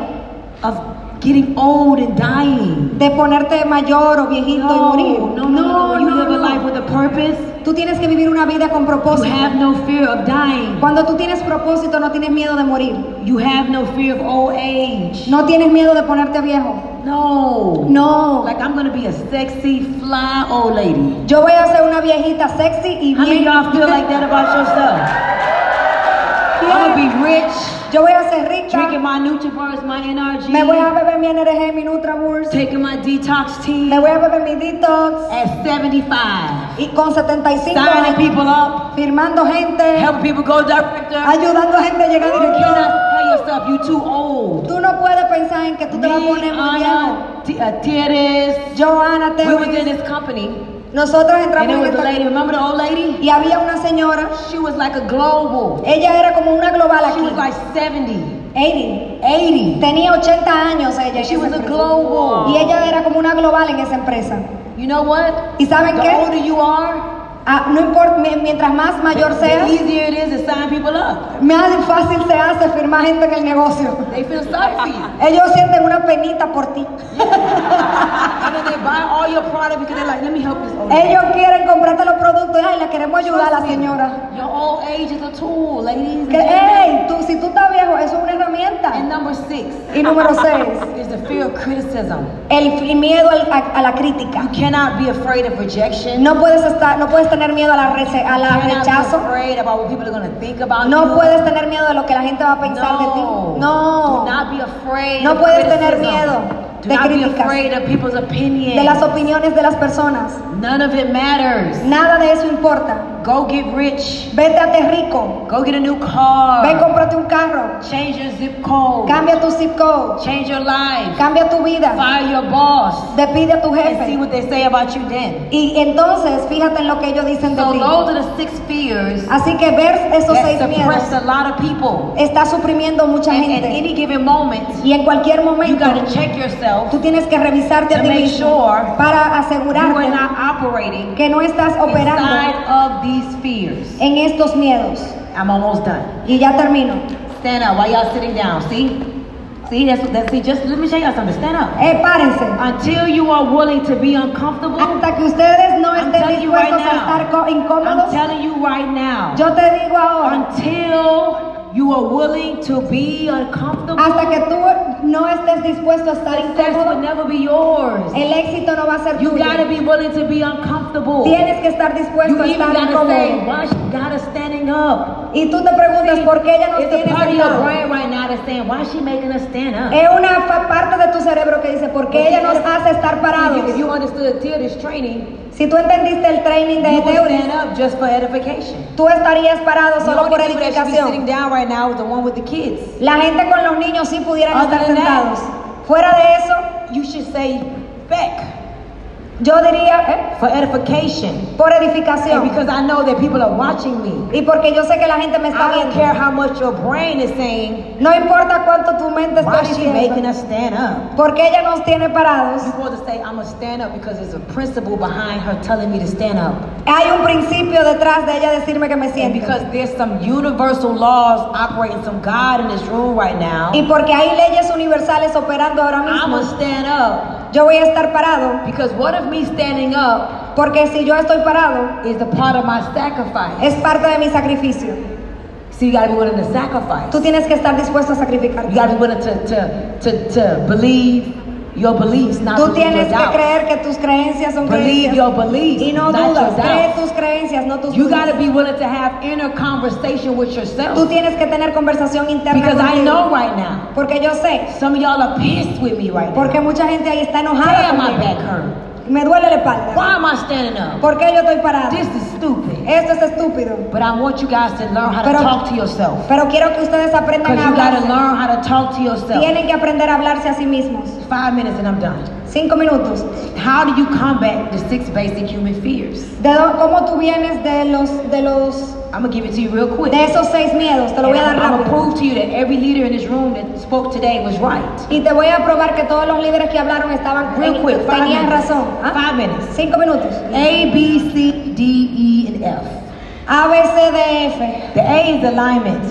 [SPEAKER 2] of getting old and dying.
[SPEAKER 1] de ponerte mayor o viejito y
[SPEAKER 2] No,
[SPEAKER 1] morir.
[SPEAKER 2] no, no, no. When you live a life with a purpose,
[SPEAKER 1] Tú tienes que vivir una vida con
[SPEAKER 2] you
[SPEAKER 1] propósito.
[SPEAKER 2] have no fear of dying.
[SPEAKER 1] Cuando tú tienes propósito, no tienes miedo de morir.
[SPEAKER 2] You have no fear of old age.
[SPEAKER 1] No tienes miedo de ponerte viejo.
[SPEAKER 2] No.
[SPEAKER 1] No.
[SPEAKER 2] Like I'm gonna be a sexy, fly old lady.
[SPEAKER 1] Yo voy a ser una viejita sexy y
[SPEAKER 2] How many of
[SPEAKER 1] bien.
[SPEAKER 2] y'all feel like that about yourself? I'm gonna be rich,
[SPEAKER 1] Yo voy a ser rica.
[SPEAKER 2] drinking my Nutribars, my
[SPEAKER 1] Me voy a
[SPEAKER 2] NRG,
[SPEAKER 1] beber mi NRG, mi NutraBurst.
[SPEAKER 2] taking my detox tea
[SPEAKER 1] Me voy a beber mi detox.
[SPEAKER 2] at 75.
[SPEAKER 1] Y con 75
[SPEAKER 2] Signing
[SPEAKER 1] años,
[SPEAKER 2] people up,
[SPEAKER 1] firmando gente,
[SPEAKER 2] helping people go director.
[SPEAKER 1] ayudando a gente a
[SPEAKER 2] You
[SPEAKER 1] llegar directora.
[SPEAKER 2] cannot tell yourself you're too old.
[SPEAKER 1] Tú no puedes pensar en que tú te
[SPEAKER 2] Me,
[SPEAKER 1] vas a poner muy viejo.
[SPEAKER 2] Anna, T- uh, Tieres,
[SPEAKER 1] Yo, Ana, te
[SPEAKER 2] we was in this company,
[SPEAKER 1] Nosotros
[SPEAKER 2] and
[SPEAKER 1] entramos
[SPEAKER 2] it
[SPEAKER 1] en
[SPEAKER 2] was a
[SPEAKER 1] esta-
[SPEAKER 2] lady. Remember the old lady?
[SPEAKER 1] y había una señora.
[SPEAKER 2] She was like a global.
[SPEAKER 1] Ella era como una global
[SPEAKER 2] She was
[SPEAKER 1] aquí.
[SPEAKER 2] like 70,
[SPEAKER 1] 80.
[SPEAKER 2] 80.
[SPEAKER 1] Tenía 80 años ella. en
[SPEAKER 2] She
[SPEAKER 1] esa
[SPEAKER 2] was a
[SPEAKER 1] empresa.
[SPEAKER 2] global.
[SPEAKER 1] Y ella era como una global en esa empresa.
[SPEAKER 2] You know what?
[SPEAKER 1] ¿Y saben
[SPEAKER 2] The older
[SPEAKER 1] qué?
[SPEAKER 2] you are,
[SPEAKER 1] Ah, no importa, mi- mientras más mayor
[SPEAKER 2] the
[SPEAKER 1] seas,
[SPEAKER 2] easier it is to sign people up.
[SPEAKER 1] más fácil se hace firmar gente en el negocio.
[SPEAKER 2] They feel sorry for you.
[SPEAKER 1] Ellos sienten una penita por ti.
[SPEAKER 2] And then they buy all your product because they're like, let me help this old lady.
[SPEAKER 1] Ellos quieren comprarte los productos. Ay, le queremos ayudar a la señora.
[SPEAKER 2] Your old age is a tool, ladies. and
[SPEAKER 1] Que,
[SPEAKER 2] gentlemen.
[SPEAKER 1] hey, tú, si tú estás viejo, eso es una
[SPEAKER 2] And
[SPEAKER 1] herramienta.
[SPEAKER 2] number six
[SPEAKER 1] Y número seis,
[SPEAKER 2] is the fear of criticism.
[SPEAKER 1] el miedo al- a, a la crítica.
[SPEAKER 2] You cannot be afraid of rejection.
[SPEAKER 1] No puedes estar, no puedes tener miedo a la, rece- a la
[SPEAKER 2] you cannot
[SPEAKER 1] rechazo.
[SPEAKER 2] be afraid about what people are going to think about you.
[SPEAKER 1] No puedes tener miedo de lo que la gente va a pensar de ti.
[SPEAKER 2] No.
[SPEAKER 1] No.
[SPEAKER 2] Do not be afraid
[SPEAKER 1] No
[SPEAKER 2] of
[SPEAKER 1] puedes tener
[SPEAKER 2] criticism.
[SPEAKER 1] miedo
[SPEAKER 2] Do
[SPEAKER 1] de
[SPEAKER 2] not be
[SPEAKER 1] críticas.
[SPEAKER 2] afraid of people's opinions.
[SPEAKER 1] De las opiniones de las personas.
[SPEAKER 2] None of it matters.
[SPEAKER 1] Nada de eso importa.
[SPEAKER 2] Go get rich.
[SPEAKER 1] Vete a te rico.
[SPEAKER 2] Go get a new
[SPEAKER 1] Ven,
[SPEAKER 2] car.
[SPEAKER 1] cómprate un carro.
[SPEAKER 2] Change your zip code.
[SPEAKER 1] Cambia tu zip code.
[SPEAKER 2] Change your life.
[SPEAKER 1] Cambia tu vida.
[SPEAKER 2] Fire your boss.
[SPEAKER 1] Despide a tu
[SPEAKER 2] And see
[SPEAKER 1] jefe.
[SPEAKER 2] what they say about you then.
[SPEAKER 1] Y entonces, fíjate en lo que ellos dicen de
[SPEAKER 2] So
[SPEAKER 1] ti.
[SPEAKER 2] those are the six fears
[SPEAKER 1] Así que ver esos
[SPEAKER 2] that
[SPEAKER 1] seis miedos
[SPEAKER 2] suppress a lot of people.
[SPEAKER 1] está suprimiendo mucha
[SPEAKER 2] And at
[SPEAKER 1] gente.
[SPEAKER 2] any given moment,
[SPEAKER 1] Y en cualquier
[SPEAKER 2] you
[SPEAKER 1] momento,
[SPEAKER 2] got to check yourself.
[SPEAKER 1] tú tienes que revisarte a
[SPEAKER 2] to
[SPEAKER 1] ti
[SPEAKER 2] make
[SPEAKER 1] mismo
[SPEAKER 2] sure
[SPEAKER 1] para
[SPEAKER 2] You are
[SPEAKER 1] asegurarte
[SPEAKER 2] not operating
[SPEAKER 1] que no estás operando
[SPEAKER 2] inside of these fears.
[SPEAKER 1] en estos miedos.
[SPEAKER 2] I'm almost done.
[SPEAKER 1] Y ya termino.
[SPEAKER 2] Stand up while y'all sitting down. See? See, that's what that see. Just let me show y'all something. Stand up.
[SPEAKER 1] Eh, párense.
[SPEAKER 2] Until you are willing to be uncomfortable,
[SPEAKER 1] Hasta que ustedes no
[SPEAKER 2] I'm
[SPEAKER 1] estén
[SPEAKER 2] telling you right
[SPEAKER 1] dispuestos a
[SPEAKER 2] now.
[SPEAKER 1] estar co-
[SPEAKER 2] I'm
[SPEAKER 1] incómodos,
[SPEAKER 2] telling you right now.
[SPEAKER 1] yo te digo ahora,
[SPEAKER 2] Until you are willing to be uncomfortable,
[SPEAKER 1] hasta que tú no estés dispuesto a estar
[SPEAKER 2] success will
[SPEAKER 1] incómodo,
[SPEAKER 2] never be yours.
[SPEAKER 1] el éxito no va a ser
[SPEAKER 2] You
[SPEAKER 1] tuyo.
[SPEAKER 2] gotta be willing to be uncomfortable. You
[SPEAKER 1] Tienes que estar dispuesto a
[SPEAKER 2] even
[SPEAKER 1] estar
[SPEAKER 2] gotta say,
[SPEAKER 1] incómodo.
[SPEAKER 2] why she gotta standing up?
[SPEAKER 1] Y tú te preguntas por qué ella no
[SPEAKER 2] It's a
[SPEAKER 1] tiene
[SPEAKER 2] part of your
[SPEAKER 1] sentado.
[SPEAKER 2] brain right now that's saying, why is she making us stand up?
[SPEAKER 1] Es una fa- parte de tu cerebro que dice, ¿por qué ella nos hace estar parados?
[SPEAKER 2] If you understood theater's training,
[SPEAKER 1] Si tú entendiste el training de
[SPEAKER 2] you would stand
[SPEAKER 1] Teuris,
[SPEAKER 2] up just for edification.
[SPEAKER 1] tú estarías parado
[SPEAKER 2] The
[SPEAKER 1] solo
[SPEAKER 2] only
[SPEAKER 1] por
[SPEAKER 2] people that should be sitting
[SPEAKER 1] edificación.
[SPEAKER 2] down right now is the one with the kids.
[SPEAKER 1] La gente con los niños sí pudieran
[SPEAKER 2] Other
[SPEAKER 1] estar
[SPEAKER 2] than that.
[SPEAKER 1] sentados. Fuera de eso,
[SPEAKER 2] You should say, back
[SPEAKER 1] yo diría,
[SPEAKER 2] for edification.
[SPEAKER 1] ¿eh? por
[SPEAKER 2] And
[SPEAKER 1] edificación.
[SPEAKER 2] because I know that people are watching me,
[SPEAKER 1] Y porque yo sé que la gente me está
[SPEAKER 2] I don't
[SPEAKER 1] viendo.
[SPEAKER 2] care how much your brain is saying,
[SPEAKER 1] No importa cuánto tu mente
[SPEAKER 2] why
[SPEAKER 1] está
[SPEAKER 2] is she making
[SPEAKER 1] diciendo.
[SPEAKER 2] us stand up?
[SPEAKER 1] Porque ella nos tiene parados.
[SPEAKER 2] You want to say, I'm going to stand up because there's a principle behind her telling me to stand up.
[SPEAKER 1] Hay un principio detrás de ella decirme que me
[SPEAKER 2] And
[SPEAKER 1] siento.
[SPEAKER 2] because there's some universal laws operating, some God in this room right now.
[SPEAKER 1] Y porque hay leyes universales operando ahora
[SPEAKER 2] I'ma
[SPEAKER 1] mismo.
[SPEAKER 2] stand up
[SPEAKER 1] Yo voy a estar parado.
[SPEAKER 2] because what if me standing up
[SPEAKER 1] Porque si yo estoy parado,
[SPEAKER 2] is a part of my sacrifice?
[SPEAKER 1] es parte de mi sacrificio.
[SPEAKER 2] So you gotta be willing to
[SPEAKER 1] Tú
[SPEAKER 2] sacrifice.
[SPEAKER 1] tienes que estar dispuesto a
[SPEAKER 2] You
[SPEAKER 1] sacrificarte.
[SPEAKER 2] gotta be willing to to to, to believe your beliefs, not
[SPEAKER 1] Tú
[SPEAKER 2] believe your
[SPEAKER 1] tienes que
[SPEAKER 2] doubts.
[SPEAKER 1] creer que tus creencias son
[SPEAKER 2] Believe
[SPEAKER 1] creencias.
[SPEAKER 2] your beliefs,
[SPEAKER 1] Y no
[SPEAKER 2] not
[SPEAKER 1] dudas.
[SPEAKER 2] your
[SPEAKER 1] Cree
[SPEAKER 2] doubts.
[SPEAKER 1] tus creencias, no tus
[SPEAKER 2] You
[SPEAKER 1] dudas.
[SPEAKER 2] gotta be willing to have inner conversation with
[SPEAKER 1] Tú
[SPEAKER 2] yourself
[SPEAKER 1] tienes que tener conversación interna.
[SPEAKER 2] because I
[SPEAKER 1] contigo.
[SPEAKER 2] know right now
[SPEAKER 1] Porque yo sé.
[SPEAKER 2] some of y'all are pissed with me right now.
[SPEAKER 1] Porque mucha gente ahí está enojada.
[SPEAKER 2] Damn, my
[SPEAKER 1] conmigo.
[SPEAKER 2] back hurt.
[SPEAKER 1] Me duele la espalda.
[SPEAKER 2] Why am I standing up?
[SPEAKER 1] ¿Por qué yo estoy parado?
[SPEAKER 2] This is stupid.
[SPEAKER 1] Esto es estúpido.
[SPEAKER 2] But I want you guys to learn how to
[SPEAKER 1] Pero-
[SPEAKER 2] talk to yourself.
[SPEAKER 1] Pero quiero que ustedes aprendan
[SPEAKER 2] Because
[SPEAKER 1] a
[SPEAKER 2] you gotta
[SPEAKER 1] hablar.
[SPEAKER 2] learn how to talk to yourself.
[SPEAKER 1] Tienen que aprender a hablarse a sí mismos.
[SPEAKER 2] Five minutes and I'm done.
[SPEAKER 1] Cinco minutos.
[SPEAKER 2] How do you combat the six basic human fears?
[SPEAKER 1] De do- cómo tú vienes de los de los
[SPEAKER 2] I'm gonna give it to you real quick.
[SPEAKER 1] de esos seis miedos. Te lo voy a dar
[SPEAKER 2] And I'm gonna
[SPEAKER 1] rápido.
[SPEAKER 2] prove to you that every leader in this room that spoke today was right.
[SPEAKER 1] Y te voy a probar que todos los líderes que hablaron estaban
[SPEAKER 2] Real quick, five
[SPEAKER 1] tenían
[SPEAKER 2] minutes.
[SPEAKER 1] razón. ¿ah?
[SPEAKER 2] Five minutes.
[SPEAKER 1] Cinco minutos.
[SPEAKER 2] A, B, C, D, E, and F.
[SPEAKER 1] A B C D E F.
[SPEAKER 2] The A is alignment.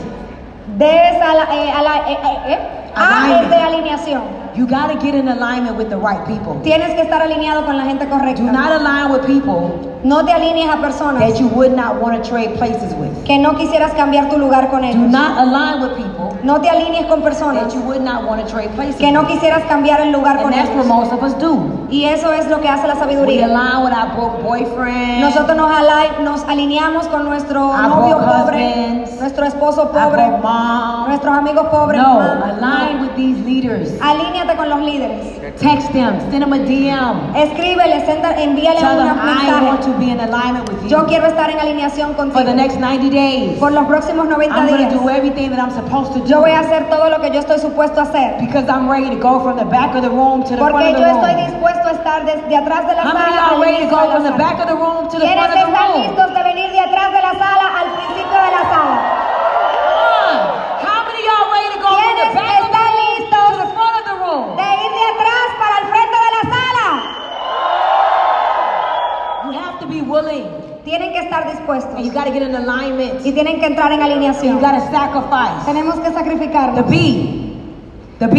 [SPEAKER 1] D es a la, eh, a la- eh, eh, eh. A es de alineación.
[SPEAKER 2] You gotta get in alignment with the right people.
[SPEAKER 1] Tienes que estar alineado con la gente
[SPEAKER 2] Do
[SPEAKER 1] correcta.
[SPEAKER 2] not align with people
[SPEAKER 1] No te alinees a personas
[SPEAKER 2] that you would not wanna trade places with.
[SPEAKER 1] que no quisieras cambiar tu lugar con
[SPEAKER 2] Do
[SPEAKER 1] ellos.
[SPEAKER 2] not align with people
[SPEAKER 1] No te alinees con
[SPEAKER 2] that
[SPEAKER 1] personas
[SPEAKER 2] you would not wanna trade places
[SPEAKER 1] que
[SPEAKER 2] with.
[SPEAKER 1] no quisieras cambiar el lugar con
[SPEAKER 2] And that's
[SPEAKER 1] ellos.
[SPEAKER 2] what most of us do.
[SPEAKER 1] Y eso es lo que hace la
[SPEAKER 2] We
[SPEAKER 1] sabiduría.
[SPEAKER 2] align with our broke boyfriend,
[SPEAKER 1] Nosotros nos, ala- nos alineamos con nuestro
[SPEAKER 2] Our
[SPEAKER 1] novio
[SPEAKER 2] broke
[SPEAKER 1] pobre,
[SPEAKER 2] husbands,
[SPEAKER 1] nuestro esposo
[SPEAKER 2] our
[SPEAKER 1] pobre,
[SPEAKER 2] broke mom.
[SPEAKER 1] nuestros amigos pobres.
[SPEAKER 2] no,
[SPEAKER 1] mamá.
[SPEAKER 2] align with these leaders.
[SPEAKER 1] Alíñate con los líderes.
[SPEAKER 2] Text them, send them a DM.
[SPEAKER 1] Escríbele, senda- envíale
[SPEAKER 2] Tell them
[SPEAKER 1] un
[SPEAKER 2] I want
[SPEAKER 1] mensaje.
[SPEAKER 2] to be in alignment with you
[SPEAKER 1] Yo quiero estar en alineación
[SPEAKER 2] for the
[SPEAKER 1] contigo
[SPEAKER 2] next 90 days.
[SPEAKER 1] por los próximos 90
[SPEAKER 2] I'm going
[SPEAKER 1] días.
[SPEAKER 2] to do everything that I'm supposed to do
[SPEAKER 1] Yo voy a hacer todo lo que yo estoy supuesto a hacer.
[SPEAKER 2] because I'm ready to go from the back of the room to the front
[SPEAKER 1] Porque
[SPEAKER 2] of
[SPEAKER 1] yo
[SPEAKER 2] the
[SPEAKER 1] estoy
[SPEAKER 2] room.
[SPEAKER 1] dispuesto a estar desde atrás de la
[SPEAKER 2] How
[SPEAKER 1] sala.
[SPEAKER 2] many of y'all
[SPEAKER 1] al
[SPEAKER 2] ready to
[SPEAKER 1] inicio
[SPEAKER 2] go
[SPEAKER 1] de la
[SPEAKER 2] from the
[SPEAKER 1] sala?
[SPEAKER 2] back of the room to the
[SPEAKER 1] ¿Quiénes
[SPEAKER 2] front of the
[SPEAKER 1] están
[SPEAKER 2] room?
[SPEAKER 1] listos de venir de atrás de la sala al principio de la sala?
[SPEAKER 2] Come on. How many of y'all ready to go from the
[SPEAKER 1] ¿Quiénes
[SPEAKER 2] back of the
[SPEAKER 1] están
[SPEAKER 2] room
[SPEAKER 1] listos
[SPEAKER 2] to the front of the room?
[SPEAKER 1] de ir de atrás para el frente de la sala?
[SPEAKER 2] You have to be willing
[SPEAKER 1] Tienen que estar
[SPEAKER 2] and you
[SPEAKER 1] dispuestos
[SPEAKER 2] got to get in alignment.
[SPEAKER 1] y tienen que entrar en
[SPEAKER 2] You
[SPEAKER 1] alineación.
[SPEAKER 2] gotta sacrifice.
[SPEAKER 1] Tenemos que
[SPEAKER 2] The
[SPEAKER 1] sacrificarnos.
[SPEAKER 2] B. The B.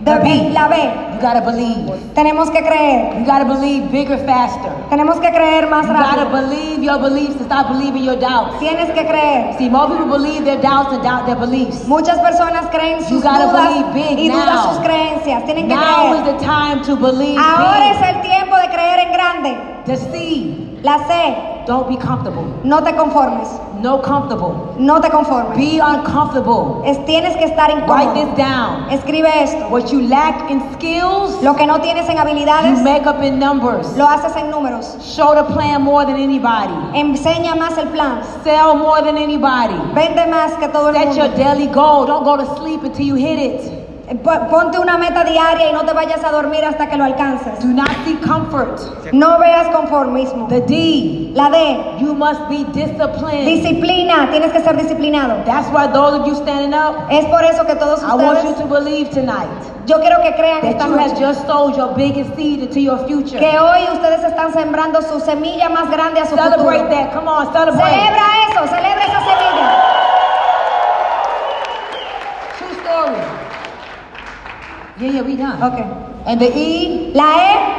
[SPEAKER 1] De
[SPEAKER 2] The
[SPEAKER 1] B,
[SPEAKER 2] B.
[SPEAKER 1] la B.
[SPEAKER 2] You gotta believe.
[SPEAKER 1] Tenemos que creer.
[SPEAKER 2] You gotta believe bigger, faster.
[SPEAKER 1] Tenemos que creer más
[SPEAKER 2] You gotta
[SPEAKER 1] rápido.
[SPEAKER 2] believe your beliefs and stop believing your doubts.
[SPEAKER 1] Tienes que creer.
[SPEAKER 2] See, more people believe their doubts and doubt their beliefs.
[SPEAKER 1] Muchas personas creen sus
[SPEAKER 2] You gotta
[SPEAKER 1] dudas
[SPEAKER 2] believe big
[SPEAKER 1] y dudan
[SPEAKER 2] now.
[SPEAKER 1] sus creencias. Tienen que
[SPEAKER 2] Now
[SPEAKER 1] creer.
[SPEAKER 2] is the time to believe
[SPEAKER 1] Ahora
[SPEAKER 2] big.
[SPEAKER 1] es el tiempo de creer en grande.
[SPEAKER 2] The C.
[SPEAKER 1] La C,
[SPEAKER 2] Don't be comfortable.
[SPEAKER 1] no te conformes.
[SPEAKER 2] No comfortable.
[SPEAKER 1] No te conformes.
[SPEAKER 2] Be uncomfortable.
[SPEAKER 1] Es, tienes que estar
[SPEAKER 2] Write
[SPEAKER 1] incómodo.
[SPEAKER 2] this down.
[SPEAKER 1] Escribe esto.
[SPEAKER 2] What you lack in skills,
[SPEAKER 1] Lo que no tienes en
[SPEAKER 2] you
[SPEAKER 1] habilidades,
[SPEAKER 2] make up in numbers.
[SPEAKER 1] lo haces en números.
[SPEAKER 2] Show the plan more than anybody.
[SPEAKER 1] Enseña más el plan.
[SPEAKER 2] Sell more than anybody.
[SPEAKER 1] Vende más que todo el
[SPEAKER 2] Set your
[SPEAKER 1] mundo. Eh,
[SPEAKER 2] daily goal. Don't go to sleep until you hit it.
[SPEAKER 1] Po- Ponte una meta diaria y no te vayas a dormir hasta que lo alcances.
[SPEAKER 2] Do not seek comfort.
[SPEAKER 1] No veas conformismo.
[SPEAKER 2] The D,
[SPEAKER 1] La D,
[SPEAKER 2] you must be disciplined.
[SPEAKER 1] disciplina. Tienes que ser disciplinado.
[SPEAKER 2] That's why those of you standing up,
[SPEAKER 1] Es por eso que todos
[SPEAKER 2] I want you
[SPEAKER 1] ustedes,
[SPEAKER 2] to believe tonight
[SPEAKER 1] yo quiero que crean
[SPEAKER 2] that
[SPEAKER 1] esta
[SPEAKER 2] you have
[SPEAKER 1] noche
[SPEAKER 2] just sowed your biggest seed into your future.
[SPEAKER 1] que hoy ustedes están sembrando su semilla más grande a su
[SPEAKER 2] Celebrate
[SPEAKER 1] futuro.
[SPEAKER 2] that. Come on, celebrate.
[SPEAKER 1] Celebra eso, celebra esa semilla.
[SPEAKER 2] True story. Yeah, yeah, we done.
[SPEAKER 1] Ok.
[SPEAKER 2] And the E,
[SPEAKER 1] La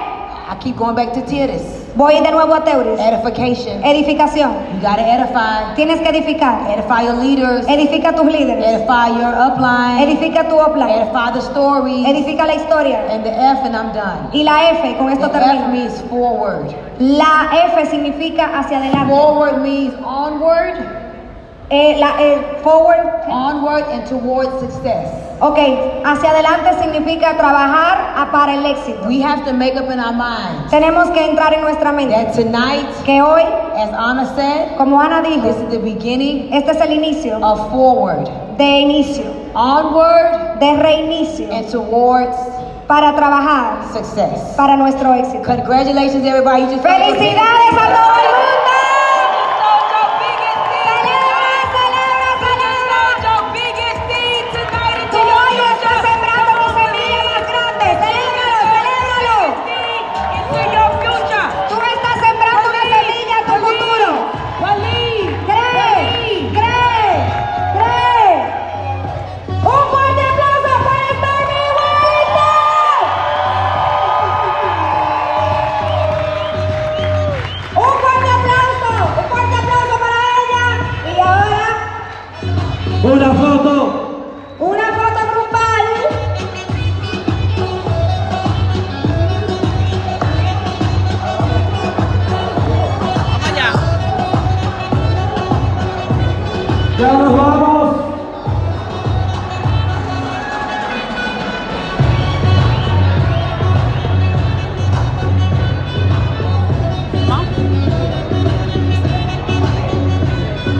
[SPEAKER 2] I keep going back to Titus.
[SPEAKER 1] E, voy de nuevo a Teuris.
[SPEAKER 2] Edification.
[SPEAKER 1] Edificación.
[SPEAKER 2] You gotta edify.
[SPEAKER 1] Tienes que edificar.
[SPEAKER 2] Edify your leaders.
[SPEAKER 1] Edifica a tus líderes.
[SPEAKER 2] Edify your upline.
[SPEAKER 1] Edifica tu opla.
[SPEAKER 2] Edify the story.
[SPEAKER 1] Edifica la historia.
[SPEAKER 2] And the F, and I'm done.
[SPEAKER 1] Y la F, con esto
[SPEAKER 2] The F
[SPEAKER 1] termino.
[SPEAKER 2] means forward.
[SPEAKER 1] La F significa hacia adelante.
[SPEAKER 2] Forward means onward,
[SPEAKER 1] Eh, la eh, forward.
[SPEAKER 2] onward and towards success.
[SPEAKER 1] Ok, hacia adelante significa trabajar a- para el éxito.
[SPEAKER 2] We have to make up in our mind
[SPEAKER 1] Tenemos que entrar en nuestra mente
[SPEAKER 2] that tonight,
[SPEAKER 1] que hoy,
[SPEAKER 2] as Anna said,
[SPEAKER 1] como Ana
[SPEAKER 2] this
[SPEAKER 1] dijo,
[SPEAKER 2] is the beginning
[SPEAKER 1] este es el inicio
[SPEAKER 2] of forward,
[SPEAKER 1] de inicio,
[SPEAKER 2] onward
[SPEAKER 1] de reinicio,
[SPEAKER 2] and towards
[SPEAKER 1] para trabajar
[SPEAKER 2] success.
[SPEAKER 1] para nuestro éxito.
[SPEAKER 2] Congratulations, everybody. You just
[SPEAKER 1] ¡Felicidades a todo el mundo! Tú hoy estás sembrando tu semilla más grande. ¡Celébralo, celébralo! Tú estás sembrando una semilla a tu futuro. ¡Cree! ¡Cree! ¡Cree! ¡Un fuerte aplauso para Stormy Wellington! ¡Un fuerte aplauso! ¡Un fuerte aplauso para ella! Y ahora,
[SPEAKER 3] Una foto.
[SPEAKER 1] una foto grupal.
[SPEAKER 3] Ya nos vamos.